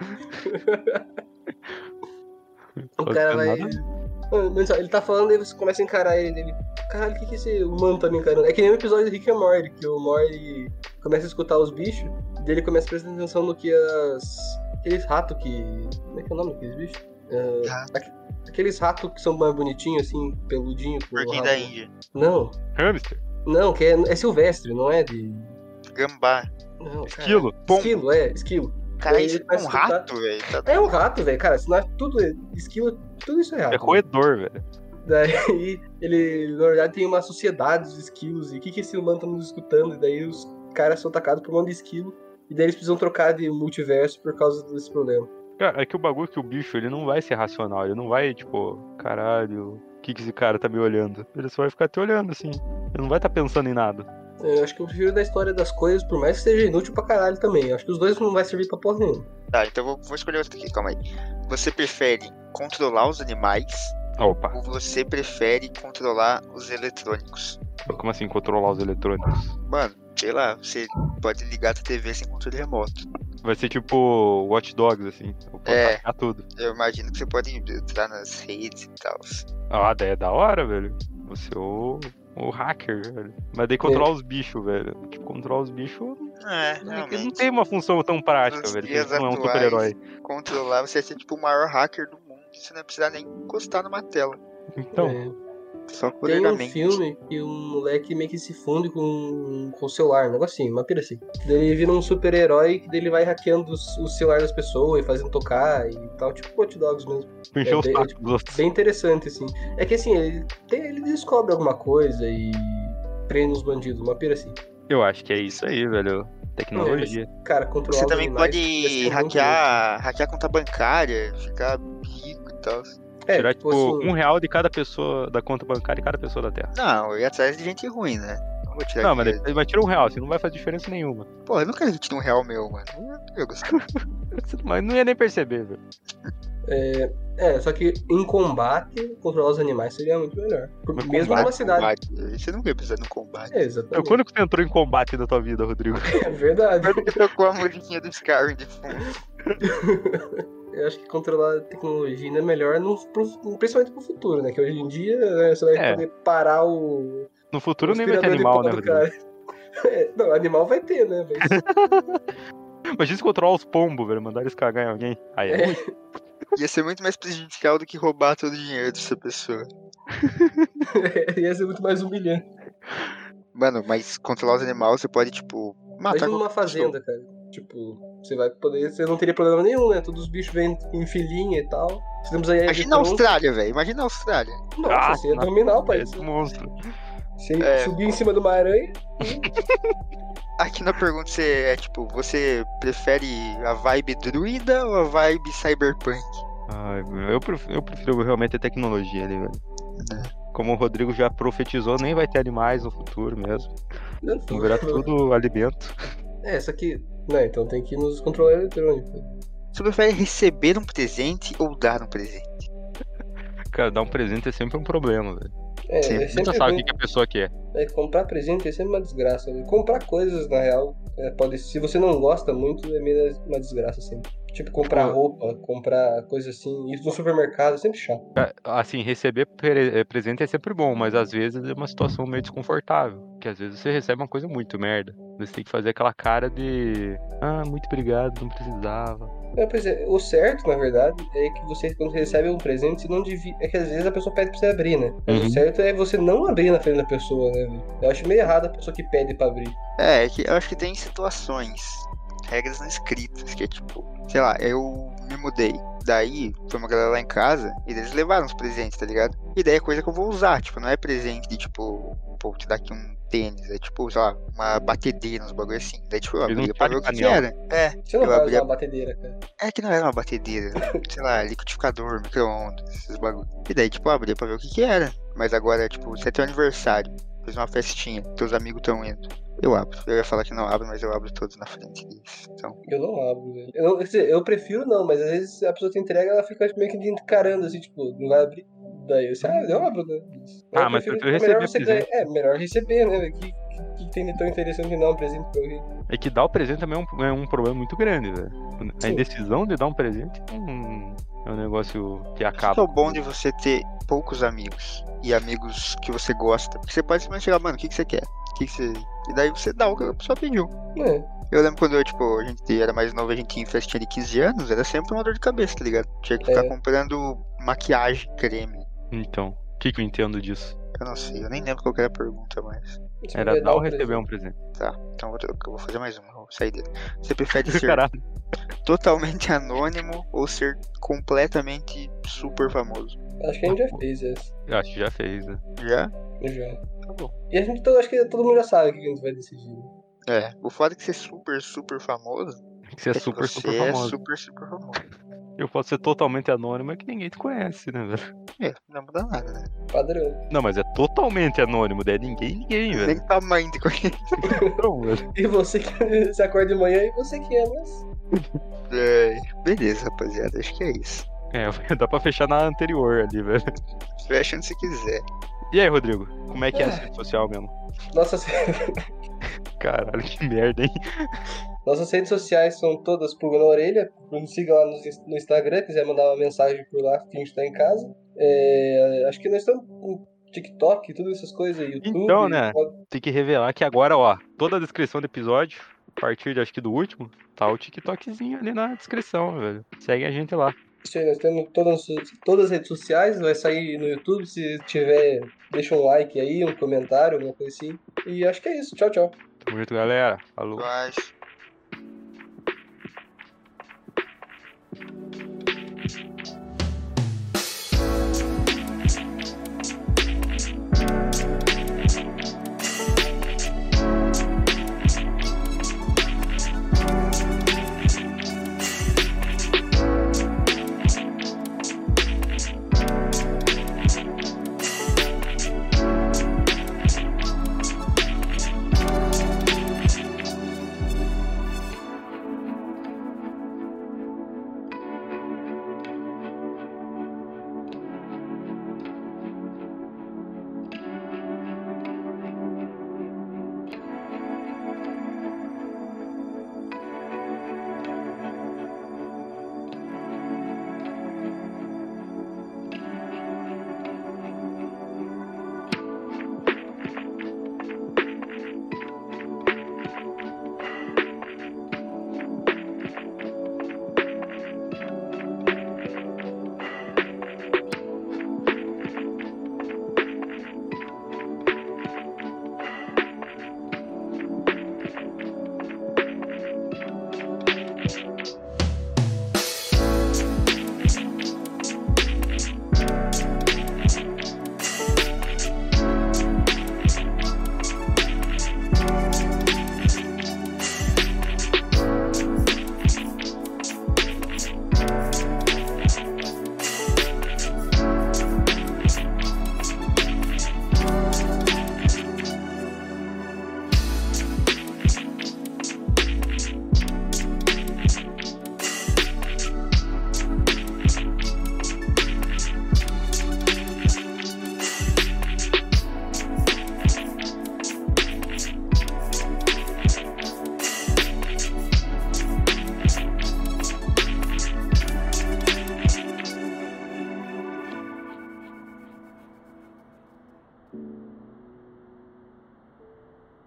S2: O cara vai.
S1: Nada-
S2: Ah, mas só, Ele tá falando e você começa a encarar ele. ele Caralho, o que, que esse humano tá me encarando? É que nem o episódio de Rick and Morty, que o Morty começa a escutar os bichos, e daí ele começa a prestar atenção no que as. Aqueles ratos que. Como é que é o nome daqueles bichos? Ah,
S3: Rato.
S2: aque- Aqueles ratos que são mais bonitinhos, assim, peludinho. com o
S3: Porquinho
S2: rabo.
S3: da Índia.
S2: Não,
S1: Hamster,
S2: não, que é, é silvestre, não é de.
S3: Gambá.
S2: Não, cara.
S1: quilo, pombo.
S2: Esquilo, é, esquilo.
S3: Cara,
S2: Ele
S3: isso é
S2: vai
S3: um
S2: escutar.
S3: rato, velho. Tá
S2: É um rato, velho, cara, senão é tudo. Esquilo, tudo isso é rato.
S1: É roedor, velho.
S2: Daí (laughs) ele, na verdade, tem uma sociedade de esquilos. E o que, que esse humano tá nos escutando? E daí os caras são atacados por um monte de esquilo. E daí eles precisam trocar de multiverso por causa desse problema.
S1: Cara, é que o bagulho é que o bicho, ele não vai ser racional. Ele não vai, tipo, caralho, o que, que esse cara tá me olhando? Ele só vai ficar te olhando, assim. Ele não vai estar tá pensando em nada.
S2: Eu acho que eu prefiro da história das coisas, por mais que seja inútil pra caralho também. Eu acho que os dois não vai servir pra porra nenhuma.
S3: Tá, então eu vou, vou escolher outro aqui, calma aí. Você prefere controlar os animais
S1: Ah, Opa,
S3: ou você prefere controlar os eletrônicos?
S1: como assim controlar os eletrônicos?
S3: Mano, sei lá, você pode ligar a TV sem controle remoto.
S1: Vai ser tipo Watch Dogs, assim. Eu posso
S3: É.
S1: atacar tudo.
S3: Eu imagino que você pode entrar nas redes e tal.
S1: Ah, daí é da hora, velho. Você é o, o hacker, velho. Mas daí controlar
S2: É.
S1: os bichos, velho. Tipo, controlar os bichos
S3: É,
S1: não tem- não
S3: realmente.
S1: tem uma função tão prática,
S3: Nos
S1: velho.
S3: dias
S1: Você não é um
S3: atuais.
S1: super-herói.
S3: Controlar, você é tipo o maior hacker do mundo. Você não precisa nem encostar numa tela.
S1: Então,
S2: É.
S3: Só
S2: Tem um
S3: curiosamente.
S2: filme que um moleque meio que se funde com, com o celular, um negocinho, uma pira assim. Daí ele vira um super-herói que daí ele vai hackeando os- o celular das pessoas e fazendo tocar e tal, tipo Hot Dogs mesmo.
S1: Tipo, encher
S2: É,
S1: o
S2: bem-
S1: saco dos outros.
S2: Bem interessante, assim. É que assim, ele, tem- ele descobre alguma coisa e treina os bandidos, uma pira assim.
S1: Eu acho que é isso aí, velho. Tecnologia.
S2: Cara, controlar
S3: Você
S2: os
S3: também
S2: animais deve
S3: pode
S2: ser muito
S3: hackear, hackear conta bancária, ficar rico e tal.
S2: louco. É,
S1: Tirar,
S2: tipo,
S1: tipo,
S2: assim,
S1: um real de cada pessoa, da conta bancária de cada pessoa da Terra.
S3: Não, eu ia atrás de gente ruim, né? Não vou tirar
S1: Não, mas,
S3: dinheiro.
S1: depois- mas tira um real, assim, não vai fazer diferença nenhuma.
S3: Porra, eu não quero que tire um real meu, mano. Eu- Eu gostei.
S1: Mas não ia nem perceber, velho.
S2: é, só que em combate, controlar os animais seria muito melhor. Por-
S1: Mas
S2: mesmo numa
S3: Combate,
S2: cidade.
S3: combate. Você nunca ia precisar de um combate.
S2: É, exatamente.
S1: Quando que você entrou em combate na tua vida, Rodrigo? (laughs)
S2: (laughs) É verdade.
S3: Quando que tocou a musiquinha do Skyrim de fundo?
S2: Eu acho que controlar a tecnologia ainda é melhor, no, pro, principalmente pro futuro, né? Que hoje em dia né, você vai
S1: É.
S2: poder parar o.
S1: No futuro
S2: o
S1: nem vai ter animal,
S2: aspirador de pó
S1: né,
S2: do
S1: Rodrigo?
S2: cara. (laughs) É, não, animal vai ter, né? Mas,
S1: Imagina se controlar os pombos, velho, mandar eles cagar em alguém. Aí é.
S2: é,
S3: Ia ser muito mais prejudicial do que roubar todo o dinheiro dessa pessoa.
S2: (laughs) ia ser muito mais humilhante.
S3: Mano, mas controlar os animais você pode, tipo, matar
S2: Imagina
S3: com
S2: numa fazenda, cara. Tipo, você vai poder. Você não teria problema nenhum, né? Todos os bichos vêm em filhinha e tal. Você temos aí.
S3: Imagina a
S2: Editron.
S3: Austrália, velho. Imagina a Austrália.
S2: Nossa,
S1: Ah,
S2: você ia
S1: nossa,
S2: dominar o país.
S1: Esse monstro.
S2: Você
S3: É.
S2: ia subir em cima de uma aranha.
S3: Aqui na pergunta você é tipo, você prefere a vibe druida ou a vibe cyberpunk?
S1: Ai, meu, eu prefiro, eu prefiro realmente a tecnologia ali, velho. Como o Rodrigo já profetizou, nem vai ter animais no futuro mesmo.
S2: Não,
S1: Vão virar tudo alimento. (laughs)
S2: É, só que. Né, então tem que ir nos controlar eletrônicos.
S3: Você prefere receber um presente ou dar um presente?
S1: Cara, dar um presente é sempre um problema, velho.
S2: É, é
S3: Sim,
S2: sempre
S1: Nunca sabe o
S2: ruim.
S1: que que a pessoa quer.
S2: É, comprar presente é sempre uma desgraça. né? Comprar coisas, na real, é, pode, se você não gosta muito, é meio uma desgraça sempre. Tipo, comprar
S1: Pô.
S2: roupa, comprar coisa assim, isso no supermercado, é sempre chato.
S1: Ca- Assim, receber pre- eh, presente é sempre bom, mas às vezes é uma situação meio desconfortável. Que às vezes você recebe uma coisa muito merda. Você tem que fazer aquela cara de. Ah, muito obrigado, não precisava.
S2: É, pois é, o certo, na verdade, é que você, quando recebe um presente, você não devia. É que às vezes a pessoa pede pra você abrir, né? Mas
S1: Uhum.
S2: o certo é você não abrir na frente da pessoa, né? velho? Eu acho meio errado a pessoa que pede pra abrir.
S3: É, é que eu acho que tem situações, regras não escritas, que é tipo, sei lá, eu me mudei. Daí foi uma galera lá em casa e eles levaram os presentes, tá ligado? E daí é coisa que eu vou usar, tipo, não é presente de tipo, pô, vou te dar aqui um tênis, é tipo, sei lá, uma batedeira, uns bagulho assim. Daí tipo, eu
S1: Eles não
S3: abri pra ver o que, que
S1: sabem
S3: era. É,
S2: Você não
S3: Eu
S2: vai
S3: abri
S2: usar
S3: a-
S2: uma batedeira, cara.
S3: é que não era uma batedeira, sei lá, liquidificador, micro-ondas, esses bagulho. E daí tipo, eu abri pra ver o que que era. Mas agora, tipo, se é teu aniversário, fez uma festinha, teus amigos estão indo. Eu abro. Eu ia falar que não abro, mas eu abro todos na frente deles. Então,
S2: Eu não abro, velho. Eu, não- quer dizer, eu prefiro não, mas às vezes a pessoa te entrega, ela fica meio que te encarando, assim, tipo, não vai abrir. Daí eu sei, ah, eu abro, né?
S1: Ah, mas
S2: prefiro-
S1: prefiro
S2: é melhor
S1: receber
S2: você ganhar- É, melhor receber, né? velho? Que, que, que tem de tão interessante em dar um presente pra alguém?
S1: É que dar o presente também é um, é um problema muito grande, velho. A
S2: Sim.
S1: indecisão de dar um presente é um, é um negócio que
S3: isso que é
S1: acaba.
S3: o bom de você ter poucos amigos e amigos que você gosta. Porque você pode simplesmente chegar, mano, o que, que você quer? O que, que você. E daí você dá o que a pessoa pediu.
S2: É,
S3: Eu lembro quando eu, tipo, a gente era mais novo, a gente ia em festinha de 15 anos, era sempre uma dor de cabeça, tá ligado? Tinha que ficar
S2: É.
S3: comprando maquiagem, creme.
S1: Então, o que, que eu entendo disso?
S3: Eu não sei, eu
S1: É.
S3: nem lembro qual que era a pergunta, mas.
S2: você
S1: Era
S2: podia
S1: dar ou
S2: um
S1: receber
S2: presente.
S1: um (laughs) presente?
S3: Tá, então eu vou- eu vou fazer mais uma, eu vou sair dele. Você
S1: (laughs)
S3: prefere ser
S1: Caralho.
S3: totalmente anônimo ou ser completamente super famoso?
S2: Acho que a gente já fez essa.
S1: Eu acho que já fez, né?
S3: Já?
S2: Já.
S3: Tá bom.
S2: E a gente, todo- acho que todo mundo já sabe o que a gente vai decidir.
S3: É, o foda é que ser super, super famoso
S1: Que você é
S3: que
S1: super,
S3: você
S1: super
S3: é
S1: famoso.
S3: super, super famoso.
S1: Eu posso ser totalmente anônimo, é que ninguém te conhece, né, velho?
S3: É, não muda nada, né?
S2: Padrão.
S1: Não, mas é totalmente anônimo, daí é ninguém, ninguém, velho.
S3: Nem tá tua mãe te (laughs) conhece.
S1: Então, velho.
S2: E você que (laughs) se acorda de manhã e você que é, mas.
S3: É, Beleza, rapaziada, acho que é isso.
S1: É, (laughs) dá pra fechar na anterior ali, velho.
S3: Fecha onde você quiser.
S1: E aí, Rodrigo? Como é que é a rede social mesmo?
S2: Nossa,
S1: Caralho, que merda, hein?
S2: (laughs) Nossas redes sociais são todas Pulga na Orelha. Nos siga lá no, ins- no Instagram, quiser mandar uma mensagem por lá, finge estar tá em casa. É, acho que nós estamos com TikTok, todas essas coisas, YouTube.
S1: Então, né?
S2: pode-
S1: Tem que revelar que agora, ó, toda a descrição do episódio, a partir de, acho que do último, tá o TikTokzinho ali na descrição, velho. Segue a gente lá.
S2: Sim, nós temos todas, todas as redes sociais, vai sair no YouTube. Se tiver, deixa um like aí, um comentário, alguma coisa assim. E acho que é isso. Tchau, tchau.
S1: Tamo junto, galera. Falou.
S3: Mas...